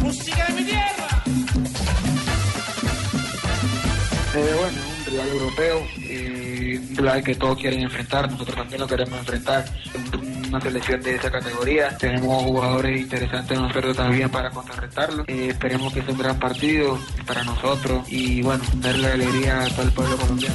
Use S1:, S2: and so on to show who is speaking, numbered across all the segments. S1: ¡Música de mi tierra!
S2: Eh, bueno, es un rival europeo, eh, un rival que todos quieren enfrentar, nosotros también lo queremos enfrentar. Un- Una selección de esa categoría, tenemos jugadores interesantes nosotros también para contrarrestarlo. Eh, esperemos que sea un gran partido para nosotros y bueno, darle alegría a todo el pueblo colombiano.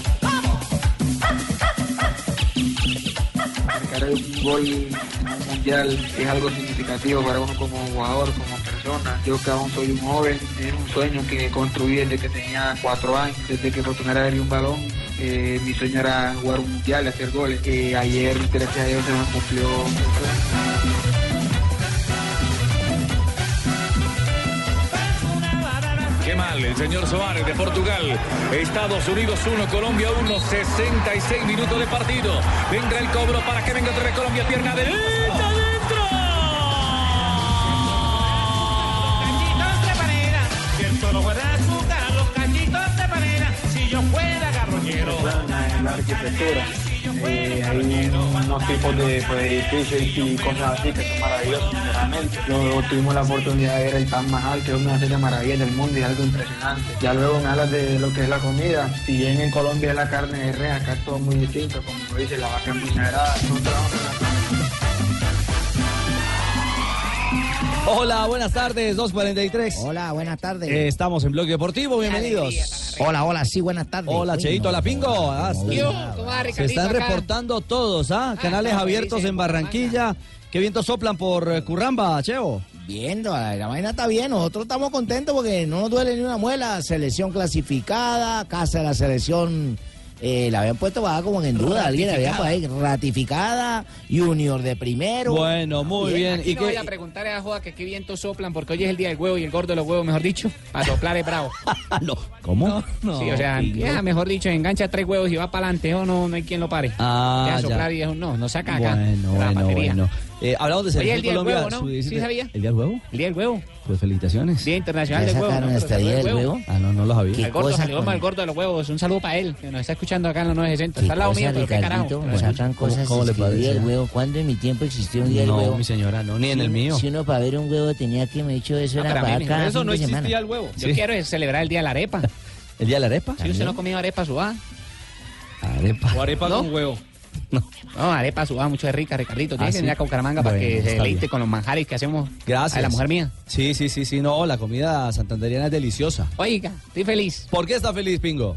S2: Marcar un gol en un mundial es algo significativo para uno como jugador, como persona. Yo que aún soy un joven, es un sueño que construí desde que tenía cuatro años, desde que por primera vez vi un balón. eh, mi sueño era jugar un mundial, hacer goles. Eh, ayer, gracias a Dios, se me cumplió.
S3: Qué mal, el señor Soares de Portugal. Estados Unidos 1, Colombia 1, 66 minutos de partido. Venga el cobro para que venga otra vez Colombia, pierna derecha.
S1: ¡Cachitos de panera! Si el toro fuera azúcar, los cachitos de panera. Si yo fuera garroñero.
S2: en la arquitectura. Eh, hay unos tipos de pues, edificios y cosas así que son maravillosos, sinceramente. Luego tuvimos la oportunidad de ver el pan mahal, que es una serie maravilla del mundo y es algo impresionante. Ya luego en alas de lo que es la comida, si bien en Colombia es la carne de res, acá es todo muy distinto, como lo dice la vaca empanada, nosotros vamos a la carne.
S4: Hola, buenas tardes, 243.
S5: Hola, buenas tardes.
S4: Eh, estamos en Blog Deportivo, bienvenidos.
S5: hola, hola, sí, buenas tardes.
S4: Hola,
S5: Uy,
S4: Cheito,
S5: no,
S4: la pingo.
S5: no,
S4: Ah,
S5: no,
S4: sí.
S5: no.
S4: Se están reportando todos, ¿ah? Canales abiertos en Barranquilla. ¿Qué vientos soplan por eh, Curramba, Cheo?
S5: Viendo, la la vaina está bien. Nosotros estamos contentos porque no nos duele ni una muela. Selección clasificada, casa de la selección. eh, la habían puesto bajada como en duda, alguien la había por ahí ratificada, Junior de primero.
S4: Bueno, muy bien.
S6: Aquí
S4: ¿Y
S6: no voy a
S4: qué,
S6: preguntar a Joa que qué vientos soplan, porque hoy es el día del huevo y el gordo de los huevos, mejor dicho. A soplar es bravo.
S4: Ah, no. ¿Cómo?
S6: sí, o sea,
S4: Pingo.
S6: ya, mejor dicho, engancha tres huevos y va para adelante. o no, no hay quien lo pare.
S4: Ah,
S6: Deja
S4: ya.
S6: soplar y eso no, no saca acá.
S4: Bueno,
S6: la
S4: bueno,
S6: batería.
S4: bueno. Eh, hablamos de
S6: Oye,
S4: Selección
S6: el día del
S4: Colombia. Eh,
S6: huevo, ¿no?
S4: sub-17.
S6: ¿Sí sabía?
S4: ¿El día del huevo?
S6: El día del huevo,
S4: Pues felicitaciones.
S6: Día Internacional
S5: ya
S6: del Huevo.
S5: sacaron
S6: ¿no?
S5: hasta
S6: Pero
S5: día
S6: el
S5: el huevo.
S4: Ah, no, no lo sabía.
S5: ¿Qué
S6: Al gordo,
S5: cosa
S6: saludos
S5: con-
S6: para el gordo de los huevos. Un saludo para él, que nos está escuchando acá en los 960. Está al lado mío, pero qué
S5: Ricardito,
S6: carajo.
S5: nos sacan
S4: ¿Cómo-
S5: cosas
S4: cómo le
S5: escribir
S4: parece,
S5: el
S4: ah?
S5: huevo. ¿Cuándo en mi tiempo existió un día del
S4: No,
S5: huevo?
S4: mi señora, no, ni en el mío.
S5: Si uno para ver un huevo tenía que, me dicho, eso
S6: Ah,
S5: era
S6: pero a mí
S5: para
S6: ni-
S5: acá.
S6: eso no
S5: existía
S6: El huevo. Yo
S4: Sí.
S6: quiero es celebrar el día de la arepa.
S4: ¿El día de la arepa?
S6: Si usted no ha comido arepa subada.
S4: Arepa.
S3: arepa
S6: ¿No?
S3: con huevo.
S6: No, arepa subada, mucho es rica, Ricardito.
S4: Ah,
S6: Tienes
S4: sí.
S6: que venir a Bucaramanga para
S4: Bueno,
S6: que se
S4: está
S6: deleite
S4: bien.
S6: con los manjares que hacemos
S4: Gracias.
S5: Ah,
S6: a la mujer mía.
S4: Sí, sí, sí, sí, no, la comida santanderiana es deliciosa.
S6: Oiga, estoy feliz.
S4: ¿Por qué está feliz, Pingo?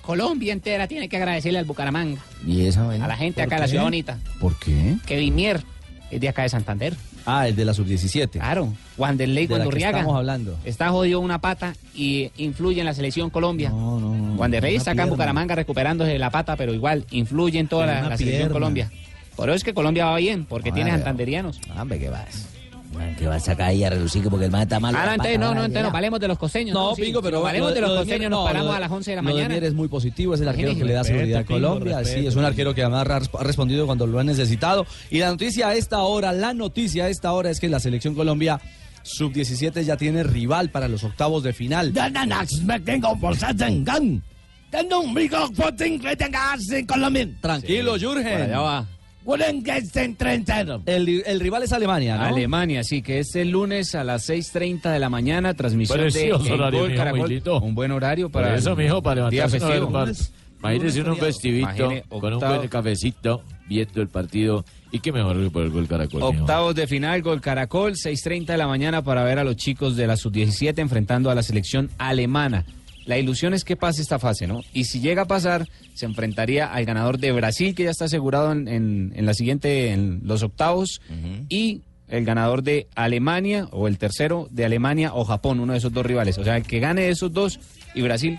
S6: Colombia entera tiene que agradecerle al Bucaramanga,
S5: Y esa vaina.
S6: a la gente acá de la ciudad bonita.
S4: ¿Por qué?
S6: Que Vimier es de acá de Santander.
S4: Ah, el de la sub-17.
S6: Claro. Wanderley
S4: De la que
S6: Condurriaga.
S4: estamos hablando.
S6: Está jodido una pata y influye en la selección Colombia.
S4: No, no, no.
S6: Wanderley
S4: Una
S6: está acá en
S4: pierna.
S6: Bucaramanga recuperándose de la pata, pero igual influye en toda
S4: Con
S6: la,
S4: una
S6: la selección
S4: pierna.
S6: Colombia. Por eso es que Colombia va bien, porque
S5: Ah,
S6: tiene
S5: veo.
S6: santanderianos.
S5: Hombre, ¿qué vas? Man, que vas a sacar ahí a relucir que porque el man está mal.
S6: Ah, no, entonces, no, no, entonces nos valemos de los coseños.
S4: No,
S6: sí.
S4: Pingo, pero.
S6: Nos valemos
S4: lo-
S6: de los
S4: lo
S6: coseños,
S4: Mier-
S6: nos
S4: no,
S6: paramos
S4: lo de-
S6: a las 11 de la
S4: lo
S6: mañana.
S4: Mier es muy positivo, es el arquero que
S6: Imagínese.
S4: le da seguridad a Colombia. sí, es un arquero que además ha resp- ha respondido cuando lo han necesitado. Y la noticia a esta hora, la noticia a esta hora es que la selección Colombia sub-17 ya tiene rival para los octavos de final.
S5: Tengo un micrófono que tengas en Colombia.
S4: Tranquilo, Jürgen.
S6: Allá va.
S4: El, el rival es Alemania, ¿no?
S6: Alemania, sí, que es el lunes a las 6.30 de la mañana, transmisión
S7: Precioso
S6: de En
S7: horario,
S6: Gol
S7: mijo,
S6: Caracol.
S7: muy lindo.
S6: Un buen horario
S7: Por
S6: para
S7: eso,
S6: el
S7: mijo, para
S6: día
S7: levantarse uno del
S6: festivo.
S7: bar. Imagínese uno un festivito
S6: Imagine
S7: con un
S6: octavo-
S7: buen cafecito viendo el partido. Y qué mejor que por el gol caracol. Pues, mijo.
S6: Octavos de final, Gol Caracol, 6.30 de la mañana para ver a los chicos de la sub-17 enfrentando a la selección alemana.
S1: La ilusión es que pase esta fase, ¿no? Y si llega a pasar, se enfrentaría al ganador de Brasil, que ya está asegurado en, en- en la siguiente, en los octavos, y el ganador de Alemania, o el tercero de Alemania o Japón, uno de esos dos rivales. O sea, el que gane esos dos y Brasil.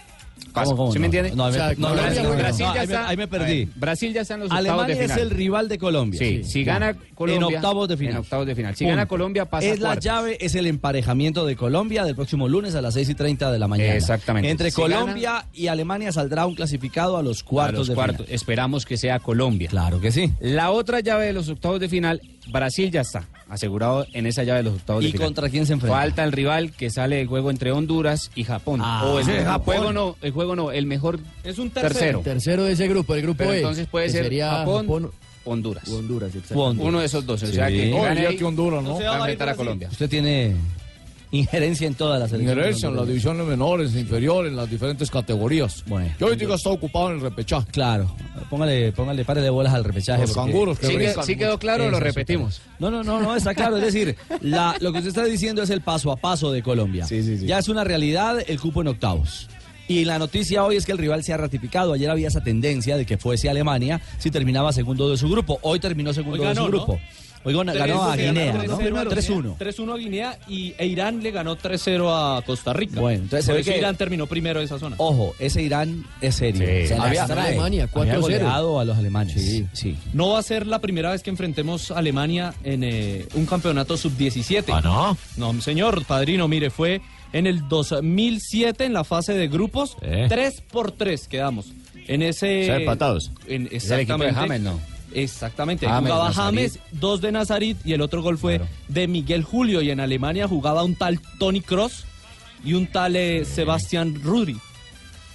S1: pasa.
S4: ¿Cómo, cómo?
S1: ¿Sí me
S4: No,
S1: entiende?
S4: no, ahí me-
S1: O sea,
S4: no, no,
S1: Brasil-
S4: no, no, no.
S1: Brasil
S4: No,
S1: ya
S4: ahí me-
S1: está-
S4: ahí me perdí.
S1: a ver, Brasil ya está en los octavos de
S4: Alemania
S1: final.
S4: es el rival de Colombia.
S1: Sí, si gana Colombia-
S4: En octavos de final.
S1: en octavos de final. Si gana Colombia, pasa
S4: Es
S1: a
S4: la
S1: cuartos.
S4: llave, es el emparejamiento de Colombia del próximo lunes a las 6 y 30 de la mañana.
S1: Exactamente.
S4: Entre
S1: Si
S4: Colombia y Alemania saldrá un clasificado a los cuartos
S1: A los
S4: de
S1: cuartos.
S4: final.
S1: Esperamos que sea Colombia.
S4: Claro que sí.
S1: La otra llave de los octavos de final, Brasil ya está asegurado en esa llave de los octavos
S4: ¿Y
S1: de final.
S4: contra quién se enfrenta?
S1: Falta el rival que sale del juego entre Honduras y Japón.
S4: Ah,
S1: o el,
S4: sí,
S1: el
S4: Japón.
S1: juego no, el juego no, el mejor
S3: Es un
S1: tercero.
S3: Tercero de ese grupo, el grupo
S1: Pero
S3: E,
S1: entonces puede
S3: que
S1: ser
S3: sería
S1: Japón,
S3: Japón
S1: Honduras.
S3: u Honduras,
S4: U
S3: exacto.
S4: Honduras.
S1: Uno de esos dos, o
S4: Sí.
S1: sea que
S4: Oh,
S1: gane
S4: diría
S1: ahí,
S4: que
S3: Honduras, ¿no?
S1: va a enfrentar a Colombia.
S4: Usted tiene injerencia en todas las
S8: Ingerencia en las
S4: selecciones.
S8: divisiones menores, inferiores, en las diferentes categorías. Yo hoy digo está ocupado en el repechaje.
S4: Claro. Póngale, póngale par de bolas al repechaje.
S8: Los
S4: porque-
S8: canguros que Sí que- brincan sí
S1: quedó mucho. claro, lo
S4: Esas son-
S1: repetimos.
S4: No, no, no, no, está claro. Es decir, la- lo que usted está diciendo es el paso a paso de Colombia. Ya es una realidad el cupo en octavos. Y la noticia hoy es que el rival se ha ratificado. Ayer había esa tendencia de que fuese Alemania si terminaba segundo de su grupo. Hoy terminó segundo
S3: Hoy
S4: de su
S3: ganó, ¿no?
S4: grupo. Hoy gana- ganó a Guinea, ¿no? 3-1.
S3: 3-1 a Guinea y e Irán le ganó 3-0 a Costa Rica.
S4: Bueno, entonces se
S3: Por
S4: ve
S3: eso
S4: que-
S3: Irán terminó primero de esa zona.
S4: Ojo, ese Irán es serio.
S3: Sí. Se las
S4: Había-
S3: trae. Alemania,
S4: había
S3: 4-0.
S4: goleado a los alemanes.
S3: Sí.
S4: sí.
S3: No va a ser la primera vez que enfrentemos a Alemania en eh, un campeonato sub-17. ¿Ah, no? No, señor, padrino, mire, fue en el 2007 en la fase de grupos,
S8: Eh.
S3: 3 por 3 quedamos. En ese...
S8: O sea, empatados.
S3: En,
S8: Es el equipo de
S3: exactamente.
S8: James, ¿no?
S3: Exactamente,
S8: James,
S3: jugaba
S8: Nazarit.
S3: James, dos de Nazarit y el otro gol fue de Miguel Julio y en Alemania jugaba un tal Tony Cross y un tal eh, Sebastián Rudi.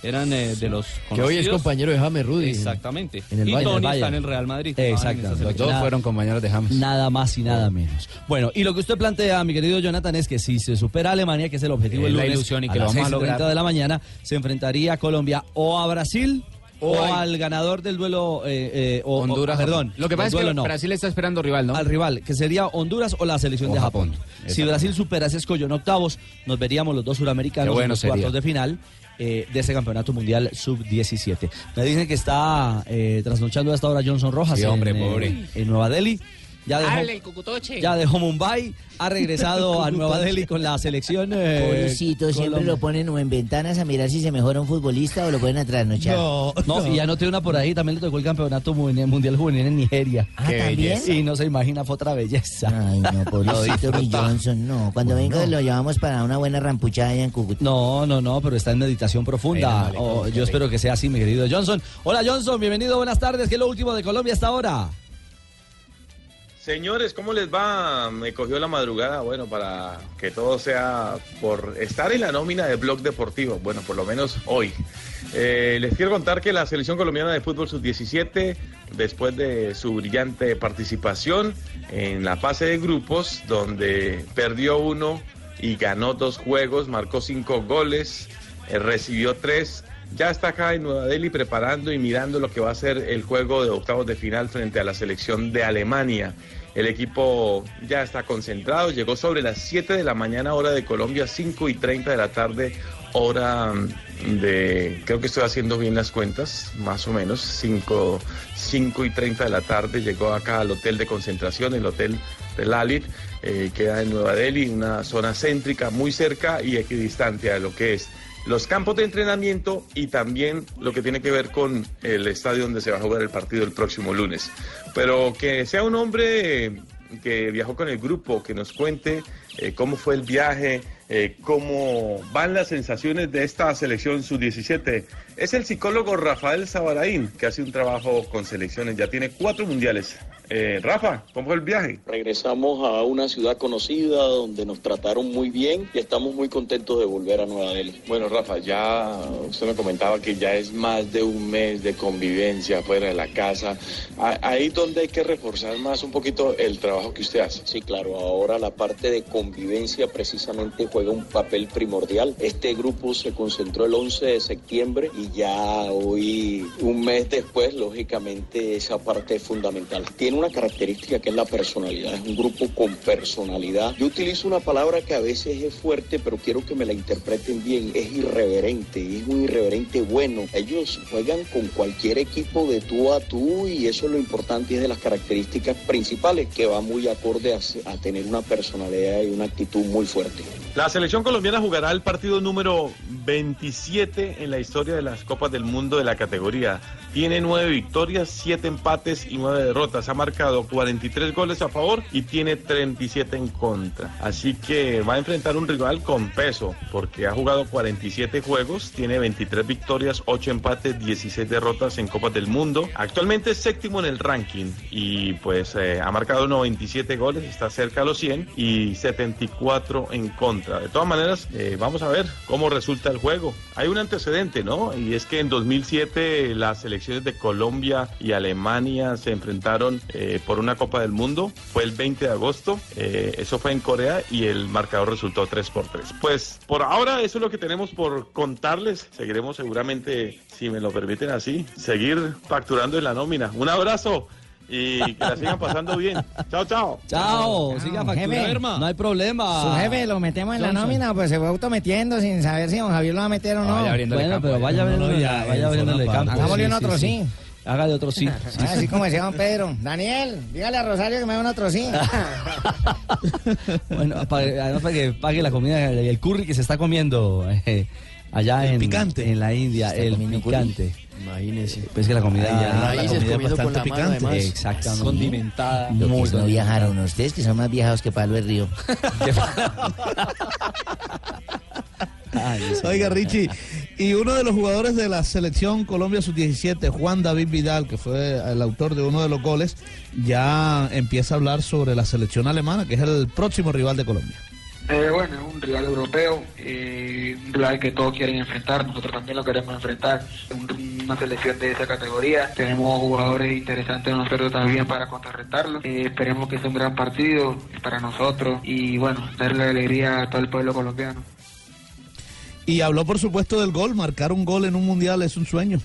S3: Eran eh, de los
S9: Que hoy es
S3: conocidos.
S9: compañero de James Rudy.
S3: Exactamente.
S9: En el
S3: y
S9: Bayern. En
S3: Tony
S9: el
S3: está en
S9: Bayern.
S3: el Real Madrid.
S4: Exacto.
S3: Los
S4: Nada-
S1: compañeros de James.
S4: Nada más y nada menos. Bueno, y lo que usted plantea, mi querido Jonathan, es que si se supera a Alemania, que es el objetivo
S1: Es
S4: del
S1: la
S4: lunes,
S1: ilusión y que
S4: a
S1: lo
S4: las
S1: vamos a
S4: 6:30
S1: lograr.
S4: de la mañana, se enfrentaría a Colombia o a Brasil o,
S1: Hoy.
S4: al ganador del duelo eh, eh, o- o-
S1: Honduras,
S4: perdón,
S1: Japón. Lo que
S4: del
S1: pasa es que
S4: duelo no,
S1: Brasil está esperando rival, ¿no?
S4: al rival, que sería Honduras o la selección
S1: O
S4: de Japón.
S1: Japón.
S4: Si
S1: Exacto.
S4: Brasil supera ese escollo en octavos, nos veríamos los dos
S1: Qué
S4: suramericanos
S1: bueno
S4: en los
S1: sería.
S4: cuartos de final eh, de ese campeonato mundial sub-17. Me dicen que está eh, trasnochando hasta ahora Johnson Rojas
S1: Sí, hombre,
S4: en, eh,
S1: pobre.
S4: en Nueva Delhi. Ya dejó,
S1: Háblele, el cucutoche.
S4: ya dejó Mumbai, ha regresado a Nueva Delhi con la selección. eh,
S5: Pobrecito, siempre
S4: Colombia.
S5: lo ponen o en ventanas a mirar si se mejora un futbolista o lo pueden atrasnochar.
S4: No, no, y ya no tiene una por ahí, también le tocó el campeonato mu- mundial juvenil en Nigeria.
S5: Ah, Qué ¿también? belleza.
S4: Y no se imagina, fue otra belleza.
S5: Ay, no, pobrecito mi Johnson, no. Cuando venga lo llevamos para una buena rampuchada allá en Cúcuta.
S4: No, no, no, pero está en meditación profunda. Oh, yo espero que sea así, mi querido Johnson. Hola, Johnson, bienvenido, buenas tardes. ¿Qué es lo último de Colombia hasta ahora?
S10: Señores, ¿cómo les va? Me cogió la madrugada, bueno, para que todo sea por estar en la nómina de Blog Deportivo, bueno, por lo menos hoy. Eh, les quiero contar que la selección colombiana de fútbol sub-17, después de su brillante participación en la fase de grupos, donde perdió uno y ganó dos juegos, marcó cinco goles, eh, recibió tres, ya está acá en Nueva Delhi preparando y mirando lo que va a ser el juego de octavos de final frente a la selección de Alemania. El equipo ya está concentrado, llegó sobre las 7 de la mañana hora de Colombia, 5 y 30 de la tarde hora mm, de, creo que estoy haciendo bien las cuentas, más o menos, 5, 5 y 30 de la tarde llegó acá al hotel de concentración, el hotel de Lalit, eh, queda en Nueva Delhi, una zona céntrica muy cerca y equidistante a lo que es los campos de entrenamiento y también lo que tiene que ver con el estadio donde se va a jugar el partido el próximo lunes. Pero que sea un hombre eh, que viajó con el grupo, que nos cuente eh, cómo fue el viaje, eh, cómo van las sensaciones de esta selección sub-17. Es el psicólogo Rafael Sabaraín, que hace un trabajo con selecciones, ya tiene cuatro mundiales. Eh, Rafa, ¿cómo fue el viaje?
S11: Regresamos a una ciudad conocida donde nos trataron muy bien y estamos muy contentos de volver a Nueva Delhi.
S10: Bueno, Rafa, ya usted me comentaba que ya es
S11: Más de un mes de convivencia fuera de la casa. A- Ahí es donde hay que reforzar más un poquito el trabajo que usted hace. Sí, claro. Ahora la parte de convivencia precisamente juega un papel primordial. Este grupo se concentró el 11 de septiembre y ya hoy, un mes después, lógicamente esa parte es fundamental. Tiene una característica que es la personalidad. Es un grupo con personalidad. Yo utilizo una palabra que a veces es fuerte, pero quiero que me la interpreten bien. Es irreverente, es un irreverente bueno. Ellos juegan con cualquier equipo de tú a tú y eso es lo importante, es de las características principales que va muy acorde a- a tener una personalidad y una actitud muy fuerte.
S10: La selección colombiana jugará el partido número 27 en la historia de las Copas del Mundo de la categoría. Tiene nueve victorias, siete empates y nueve derrotas. Ha marcado 43 goles a favor y tiene 37 en contra. Así que va a enfrentar un rival con peso, porque ha jugado 47 juegos, tiene 23 victorias, 8 empates, 16 derrotas en Copas del Mundo. Actualmente es séptimo en el ranking y pues eh, ha marcado 97 goles, está cerca a los 100 y 74 en contra. De todas maneras, eh, vamos a ver cómo resulta el juego. Hay un antecedente, ¿no? Y es que en 2007 las selecciones de Colombia y Alemania se enfrentaron eh, por una Copa del Mundo. Fue el 20 de agosto. eh, eso fue en Corea y el marcador resultó 3 por 3. Pues por ahora eso es lo que tenemos por contarles. Seguiremos seguramente, si me lo permiten así, seguir facturando en la nómina. Un abrazo y que la sigan pasando bien. Chao, chao.
S4: Chao, siga facturando. No hay problema.
S5: Su jefe lo metemos en la
S4: Johnson.
S5: nómina, pues se fue autometiendo sin saber si don Javier lo va a meter o no.
S4: bueno, pero vaya abriéndole, ya, vaya abriéndole el campo.
S5: Hagámosle un otro sí.
S4: Haga de otro sí. sí,
S5: Ah,
S4: sí.
S5: Así como decía don Pedro. Daniel, dígale a Rosario que me dé un otro sí.
S4: Bueno, pa- además para que pague la comida, el curry que se está comiendo eh, allá en, en la India,
S5: Este
S4: el picante. Imagínese. Pues que la comida
S5: Ay,
S4: ya-
S5: ay,
S4: la
S5: se
S4: comida
S5: comiendo con
S4: bastante
S5: la mano, además.
S4: Exactamente.
S5: Sí.
S4: Condimentada.
S5: Lo que es no viajaron ustedes, que son más viajados que Pablo del Río.
S9: Oiga, Richie, y uno de los jugadores de la selección Colombia sub-17, Juan David Vidal, que fue el autor de uno de los goles, ya empieza a hablar sobre la selección alemana, que es el próximo rival de Colombia.
S2: Eh, bueno, es un rival europeo, eh, un rival que todos quieren enfrentar, nosotros también lo queremos enfrentar, Un- una selección de esa categoría, tenemos jugadores interesantes nosotros también para contrarrestarlo, Eh, esperemos que sea un gran partido para nosotros y bueno, darle alegría a todo el pueblo colombiano.
S9: Y habló, por supuesto, del gol. Marcar un gol en un mundial es un sueño.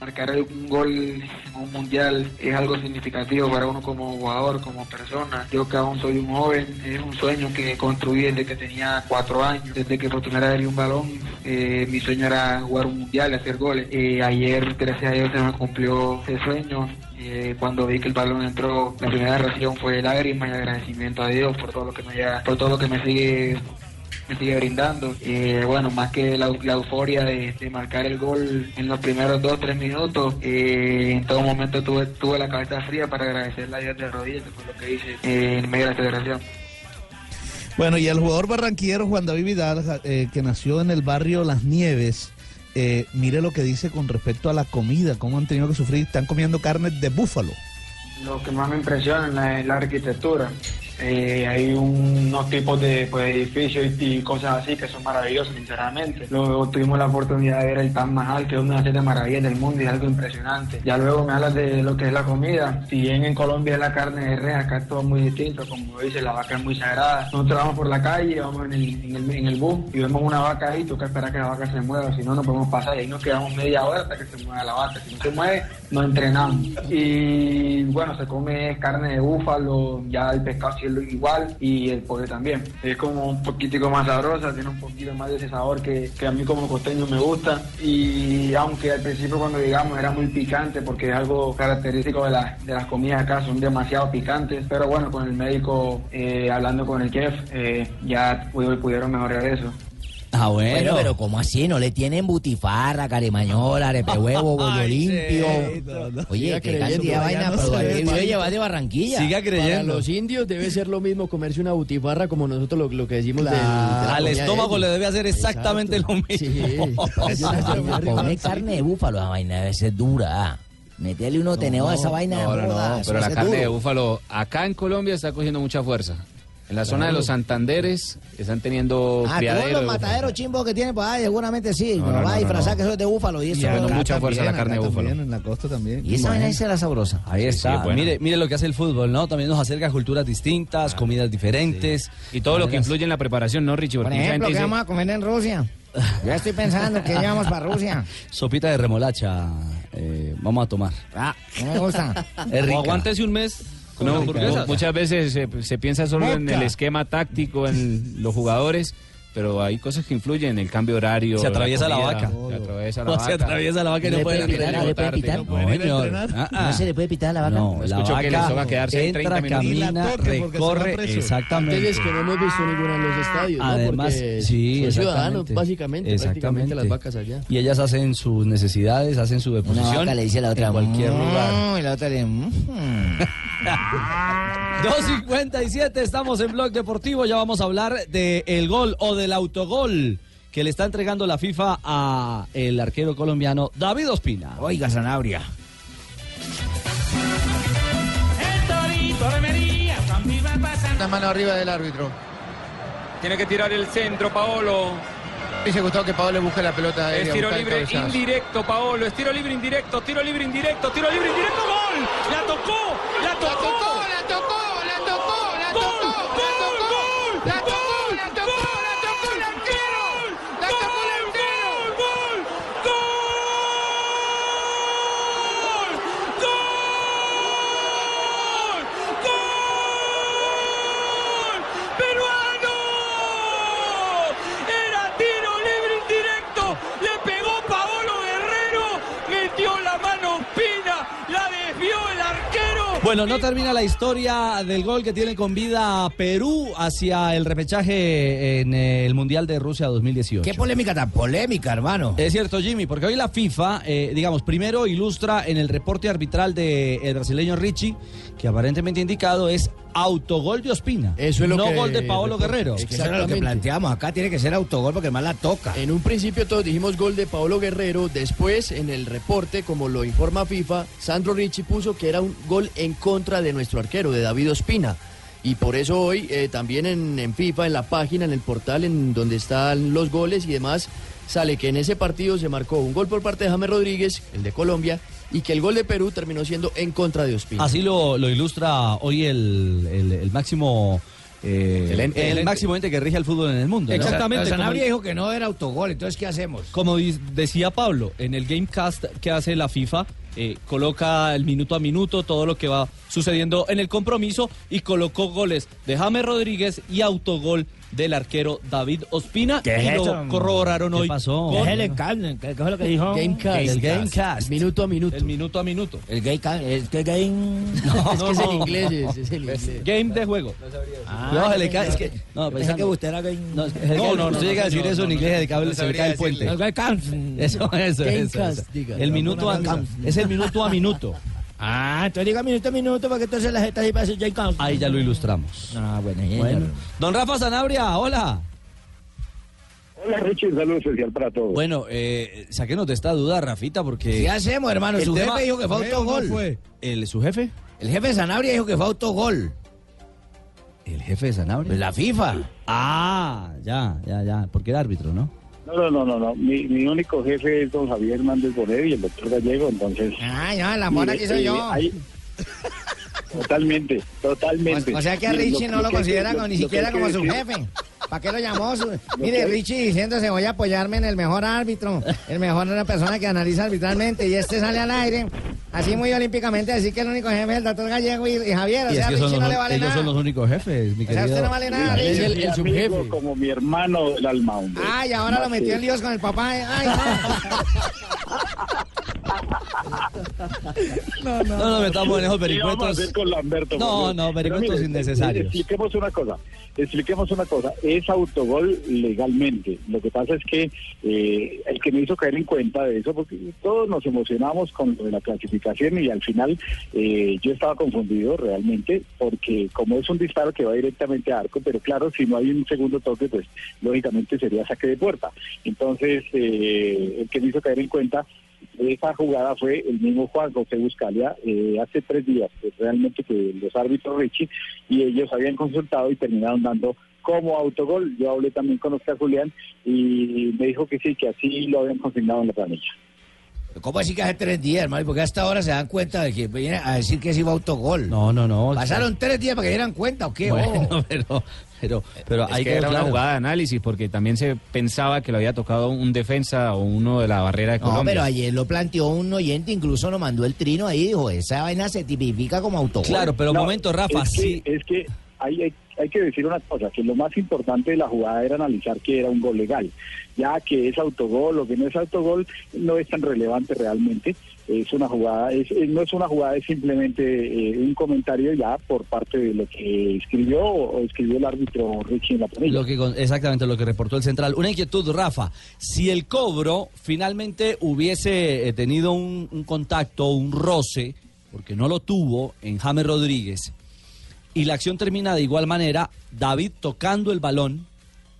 S2: Marcar un gol en un mundial es algo significativo para uno como jugador, como persona. Yo que aún soy un joven, es un sueño que construí desde que tenía cuatro años, desde que por primera vez vi un balón. eh, mi sueño era jugar un mundial, hacer goles. Eh, ayer, gracias a Dios, se me cumplió ese sueño. Eh, cuando vi que el balón entró, la primera reacción fue lágrimas y agradecimiento a Dios por todo lo que me, haya- por todo lo que me sigue me sigue brindando. Eh, bueno, más que la, la euforia de, de marcar el gol en los primeros dos, tres minutos, eh, en todo momento tuve, tuve la cabeza fría para agradecerle a Dios de rodillas, que fue lo que hice eh, en medio de la celebración.
S9: Bueno, y el jugador barranquillero Juan David Vidal, ja- eh, que nació en el barrio Las Nieves, eh, mire lo que dice con respecto a la comida, cómo han tenido que sufrir. Están comiendo carne de búfalo.
S12: Lo que más me impresiona es la, la arquitectura. Eh, hay un- unos tipos de pues, edificios y, y cosas así que son maravillosos, sinceramente. Luego tuvimos la oportunidad de ver el Taj Mahal, que es una de las siete maravillas del mundo y es algo impresionante. Ya luego me hablas de lo que es la comida. Si bien en Colombia es la carne de res, acá es todo muy distinto. Como dice, la vaca es muy sagrada. Nosotros vamos por la calle, vamos en el, en el, en el bus y vemos una vaca ahí, toca esperar que la vaca se mueva, si no, no podemos pasar. Y ahí nos quedamos media hora hasta que se mueva la vaca. Si no se mueve, no entrenamos. Y bueno, se come carne de búfalo, ya el pescado sí es lo igual y el pollo también. Es como un poquitico más sabrosa, tiene un poquito más de ese sabor que, que a mí como costeño me gusta. Y aunque al principio cuando llegamos era muy picante porque es algo característico de, la- de las comidas acá, son demasiado picantes. Pero bueno, con el médico, eh, hablando con el chef, eh, ya pudieron- pudieron mejorar eso.
S5: Ah, bueno.
S12: bueno.
S5: pero ¿cómo así? ¿No le tienen butifarra, caremañola, arepe huevo, bollo limpio? Oye,
S13: Siga
S5: qué
S13: creyendo,
S5: cantidad de
S13: pero ya
S5: vaina,
S13: no
S5: pero
S13: se
S5: ahí
S13: ve
S5: debió
S13: tanto.
S5: llevar de Barranquilla.
S13: Para los indios debe ser lo mismo comerse una butifarra como nosotros lo, lo que decimos del- de la
S4: Al
S13: comida
S4: estómago
S13: de
S4: le
S13: ellos.
S4: debe hacer exactamente lo mismo.
S5: Come carne de búfalo, la vaina debe ser
S14: ah.
S5: dura. Metele uno teneo a esa vaina de
S1: No, no, no,
S5: moda, eso
S1: pero la
S5: es
S1: carne de
S5: duro.
S1: búfalo acá en Colombia está cogiendo mucha fuerza. En la zona de
S5: Claro.
S1: los Santanderes están teniendo
S5: Ah, todos
S1: criadero.
S5: los mataderos chimbos que tienen por ahí, seguramente sí.
S1: No,
S5: No,
S1: no,
S5: va
S1: no,
S5: a disfrazar
S1: no.
S5: que eso es de búfalo y eso.
S1: Ya, no,
S5: Acá
S1: mucha fuerza
S5: también,
S1: la carne de
S5: acá
S1: búfalo.
S5: también,
S9: en la costa también.
S5: Y esa vaina es la sabrosa.
S4: Ahí está.
S1: bueno.
S4: mire, mire lo que hace el fútbol, ¿no? También nos acerca a culturas distintas, comidas diferentes.
S1: Y todo lo que influye en la preparación, ¿no, Richie?
S5: Por
S1: mucha
S5: ejemplo,
S1: gente
S5: ¿qué
S1: dice-
S5: vamos a comer en Rusia? Yo estoy pensando que llevamos para Rusia.
S4: Sopita de remolacha, eh, vamos a tomar.
S5: Ah, no me gusta.
S4: Es rica.
S3: O aguántese un mes con
S1: No,
S3: hamburguesas.
S1: muchas veces se, se piensa solo en
S3: Moca.
S1: el esquema táctico, en los jugadores, pero hay cosas que influyen, el cambio de horario.
S4: Se atraviesa la
S1: comida,
S4: vaca.
S1: Se atraviesa la
S4: O
S1: vaca.
S4: se atraviesa la vaca y no
S1: Le
S4: pueden
S1: pueden pitar,
S4: entrenar.
S1: le pueden pitar.
S4: No,
S1: No pueden ir a
S4: señor.
S1: entrenar.
S4: Ah, ah.
S5: No se le puede pitar a la vaca.
S4: No, la
S1: escucho
S4: vaca
S1: que les toca quedarse ahí
S4: entra,
S1: 30 minutos.
S4: camina,
S1: Ni la toque porque se va
S4: recorre,
S1: preso.
S4: exactamente.
S13: Detalles que no hemos visto ninguna
S14: Ah,
S13: en los estadios. ¿no?
S4: Además,
S13: Porque
S4: sí,
S13: son ciudadanos,
S4: exactamente.
S13: básicamente,
S4: Exactamente.
S13: prácticamente las vacas allá.
S4: Y ellas hacen sus necesidades, hacen su deposición.
S5: vaca le dice a la otra,
S4: En cualquier
S5: "Mm",
S4: lugar.
S5: y la otra le. "Mm".
S4: 2.57, estamos en Blog Deportivo. Ya vamos a hablar del el gol o del autogol que le está entregando la FIFA a el arquero colombiano David Ospina.
S5: Oiga, Sanabria.
S15: Torito de María, Juan Viva pasando.
S16: Una mano arriba del árbitro.
S17: Tiene que tirar el centro, Paolo.
S16: Hubiese gustado que Paolo busque la pelota aérea,
S17: Es tiro
S16: buscar el
S17: libre
S16: cabezazo.
S17: indirecto, Paolo. Es tiro libre indirecto, tiro libre indirecto, tiro libre indirecto. ¡Gol! ¡La tocó! ¡La tocó!
S15: La tocó, la tocó, la tocó, la tocó, la tocó, la tocó, la tocó el arquero, la tocó el arquero. ¡Gol! ¡Gol! ¡Gol! ¡Gol! ¡Peruano! Era tiro libre indirecto, le pegó Paolo Guerrero, metió la mano Pina, la desvió el arquero.
S4: Bueno, no termina la historia del gol que tiene con vida a Perú hacia el repechaje en el Mundial de Rusia 2018.
S5: Qué polémica tan polémica, hermano.
S4: Es cierto, Jimmy, porque hoy la FIFA, eh, digamos, primero ilustra en el reporte arbitral del brasileño Richie, que aparentemente indicado es autogol de Ospina.
S13: Eso es lo
S4: no
S13: que
S4: gol de Paolo
S13: reporta.
S4: Guerrero.
S13: Es que eso era lo que
S5: planteamos. Acá tiene que ser autogol porque más la toca.
S13: En un principio todos dijimos gol de Paolo Guerrero. Después, en el reporte, como lo informa FIFA, Sandro Ricci puso que era un gol en contra de nuestro arquero, de David Ospina. Y por eso hoy eh, también en, en FIFA, en la página, en el portal, en donde están los goles y demás, sale que en ese partido se marcó un gol por parte de James Rodríguez, el de Colombia, y que el gol de Perú terminó siendo en contra de Ospina.
S4: Así lo, lo ilustra hoy el, el- el máximo. eh,
S13: Excelente.
S4: el máximo ente que rige el fútbol en el mundo. ¿no?
S3: Exactamente,
S5: Sanabria
S3: como-
S5: dijo que no era autogol, entonces ¿qué hacemos?
S3: Como di- decía Pablo, en el Gamecast que hace la FIFA, eh, coloca el minuto a minuto todo lo que va sucediendo en el compromiso y colocó goles de James Rodríguez y autogol del arquero David Ospina.
S5: ¿Qué es
S3: y
S5: eso?
S3: lo corroboraron
S5: ¿Qué
S3: hoy.
S5: pasó?
S3: con-
S5: ¿Qué es el cable? ¿Qué- qué es lo que dijo? Gamecast.
S3: El Gamecast.
S13: Minuto a minuto.
S3: El minuto a minuto.
S5: El gay, el que game.
S13: es que
S3: No,
S13: es
S3: no,
S13: en
S3: no.
S13: inglés, es, es en inglés.
S3: Game de juego. Ah,
S4: No, se le cae. Es que, no,
S3: pues,
S5: Pensé
S4: pensando-
S5: que usted era gay.
S4: No, es que-
S5: No,
S4: usted
S5: no, no,
S4: llega a
S5: no,
S4: decir
S5: no,
S4: eso
S5: no,
S4: en
S5: no,
S4: inglés,
S5: no,
S4: de cable
S5: no
S4: se le
S5: sabría
S4: cae el puente.
S5: decirle.
S4: Eso, eso, eso.
S5: Gamecast,
S4: eso.
S5: diga.
S4: El minuto a
S5: Gamecast.
S4: Es el minuto a minuto.
S5: Ah, entonces diga minuto a minuto porque entonces las estadísticas para Jay Camp.
S4: Ahí ya lo ilustramos.
S5: Ah, bueno, ya,
S4: Bueno.
S5: ya.
S4: Don Rafa Sanabria, hola.
S18: Hola Richie, un saludo especial para todos.
S4: Bueno, eh, saquenos de esta duda, Rafita, porque.
S5: ¿Qué hacemos, hermano?
S4: El
S5: Su
S4: tema-
S5: jefe dijo que fue
S4: ¿Fue o no
S5: autogol.
S4: fue? ¿El, ¿Su jefe?
S5: El jefe de Sanabria dijo que fue autogol.
S4: ¿El jefe de Sanabria?
S5: la FIFA.
S4: Ah, ya, ya, ya. Porque era árbitro, ¿no?
S18: No, no, no, no, no. Mi, mi único jefe es don Javier Hernández Bonet y el doctor Gallego, entonces... eh,
S5: Ah, ya, la mona aquí soy yo.
S18: Totalmente, totalmente.
S5: O sea que a
S18: Mire,
S5: Richie no lo
S18: que-
S5: considera como- ni
S18: lo que
S5: siquiera
S18: hay que
S5: como su
S18: decir-
S5: jefe. ¿Para qué lo llamó? su-
S18: que
S5: Mire,
S18: hay-
S5: Richie diciéndose voy a apoyarme en el mejor árbitro, el mejor de la persona que analiza arbitralmente y este sale al aire, así muy olímpicamente, así que el único jefe es el doctor Gallego y, y Javier, o
S4: y es
S5: sea,
S4: que son
S5: Richie
S4: los,
S5: no le
S4: un-
S5: vale
S4: ellos
S5: nada.
S4: son los únicos jefes, mi
S5: O sea,
S4: querido.
S5: usted no vale nada,
S18: Es
S5: Richie.
S18: el, subjefe. Como mi hermano del alma, hombre.
S5: Ay, ahora lo
S18: Más
S5: metió
S18: que-
S5: en líos con el papá. eh. Ay, no.
S4: No nos metamos en esos
S18: ¿Qué vamos a
S4: vericuetos.
S18: hacer con Lamberto?
S4: No,
S18: Porque-
S4: no,
S18: pero
S4: vericuetos
S18: mire,
S4: innecesarios.
S18: mire, Expliquemos una cosa, expliquemos una cosa. Es autogol legalmente. Lo que pasa es que eh, el que me hizo caer en cuenta de eso, porque todos nos emocionamos con lo de la clasificación y al final eh, yo estaba confundido realmente, porque como es un disparo que va directamente a arco, pero claro, si no hay un segundo toque, pues lógicamente sería saque de puerta. Entonces, eh, el que me hizo caer en cuenta esa jugada fue el mismo Juan José Buscalia eh, hace tres días, pues, realmente que los árbitros Richie y ellos habían consultado y terminaron dando como autogol. Yo hablé también con Oscar Julián y me dijo que sí, que así lo habían consignado en la planilla.
S5: ¿Cómo así que hace tres días, hermano? Porque hasta ahora se dan cuenta de que viene a decir que sí fue autogol. No, no, no. ¿Pasaron tres días para que dieran cuenta o qué? Oh.
S1: Bueno,
S5: bobo?
S4: pero, pero,
S1: pero
S5: ahí
S1: hay Oh. que
S5: quedó
S1: era una
S5: claro.
S1: jugada de análisis porque también se pensaba que lo había tocado un defensa o uno de la barrera de
S5: No,
S1: Colombia.
S5: pero ayer lo planteó un oyente, incluso nos mandó el trino ahí, dijo, esa vaina se tipifica como autogol.
S18: No, es que- Es que hay, hay, hay que decir una cosa, que lo más importante de la jugada era analizar que era un gol legal. Ya que es autogol o que no es autogol, no es tan relevante realmente. Es una jugada, es, eh, no es una jugada, es simplemente eh, un comentario ya por parte de lo que escribió o o escribió el árbitro Richie en la planilla.
S4: Lo que, con- exactamente lo que reportó el Central. Una inquietud, Rafa. Si el cobro finalmente hubiese eh, tenido un, un contacto, un roce, porque no lo tuvo en James Rodríguez, y la acción termina de igual manera, David tocando el balón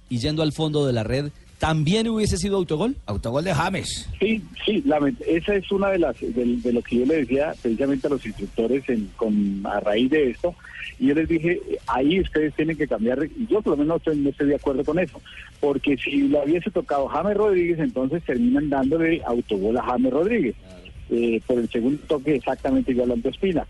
S4: y yendo al fondo de la red, ¿también hubiese sido autogol?
S5: Autogol de James.
S18: Sí, sí, lament- esa es una de las de, de lo que yo le decía precisamente a los instructores en- con a raíz de esto y yo les dije eh, ahí ustedes tienen que cambiar y yo por lo menos estoy- no estoy de acuerdo con eso porque si lo hubiese tocado James Rodríguez entonces terminan dándole autogol a James Rodríguez eh, por el segundo toque exactamente igual a Espina.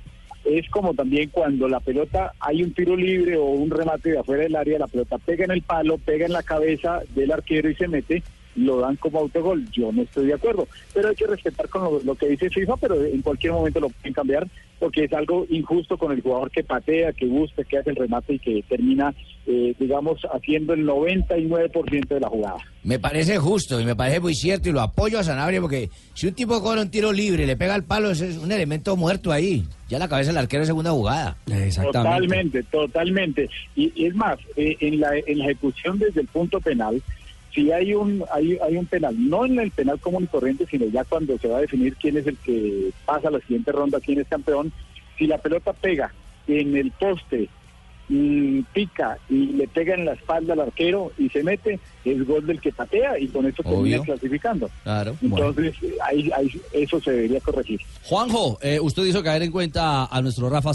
S18: Es como también cuando la pelota, hay un tiro libre o un remate de afuera del área, la pelota pega en el palo, pega en la cabeza del arquero y se mete, lo dan como autogol. Yo no estoy de acuerdo, pero hay que respetar con lo, lo que dice FIFA, pero en cualquier momento lo pueden cambiar porque es algo injusto con el jugador que patea, que busca, que hace el remate y que termina, eh, digamos, haciendo el 99% de la jugada.
S5: Me parece justo y me parece muy cierto y lo apoyo a Sanabria porque si un tipo cobra un tiro libre y le pega al palo, ese es un elemento muerto ahí. Ya la cabeza del arquero es segunda jugada.
S18: Totalmente, totalmente. Y, y es más, eh, en, la, en la ejecución desde el punto penal, si hay un hay, hay un penal, no en el penal común y corriente, sino ya cuando se va a definir quién es el que pasa a la siguiente ronda, quién es campeón, si la pelota pega en el poste, mm, pica y le pega en la espalda al arquero y se mete, es gol del que patea y con eso termina
S4: Obvio.
S18: clasificando.
S4: Claro.
S18: Entonces, eh, ahí, ahí- eso se debería corregir.
S4: Juanjo, eh, usted hizo caer en cuenta a, a nuestro Rafa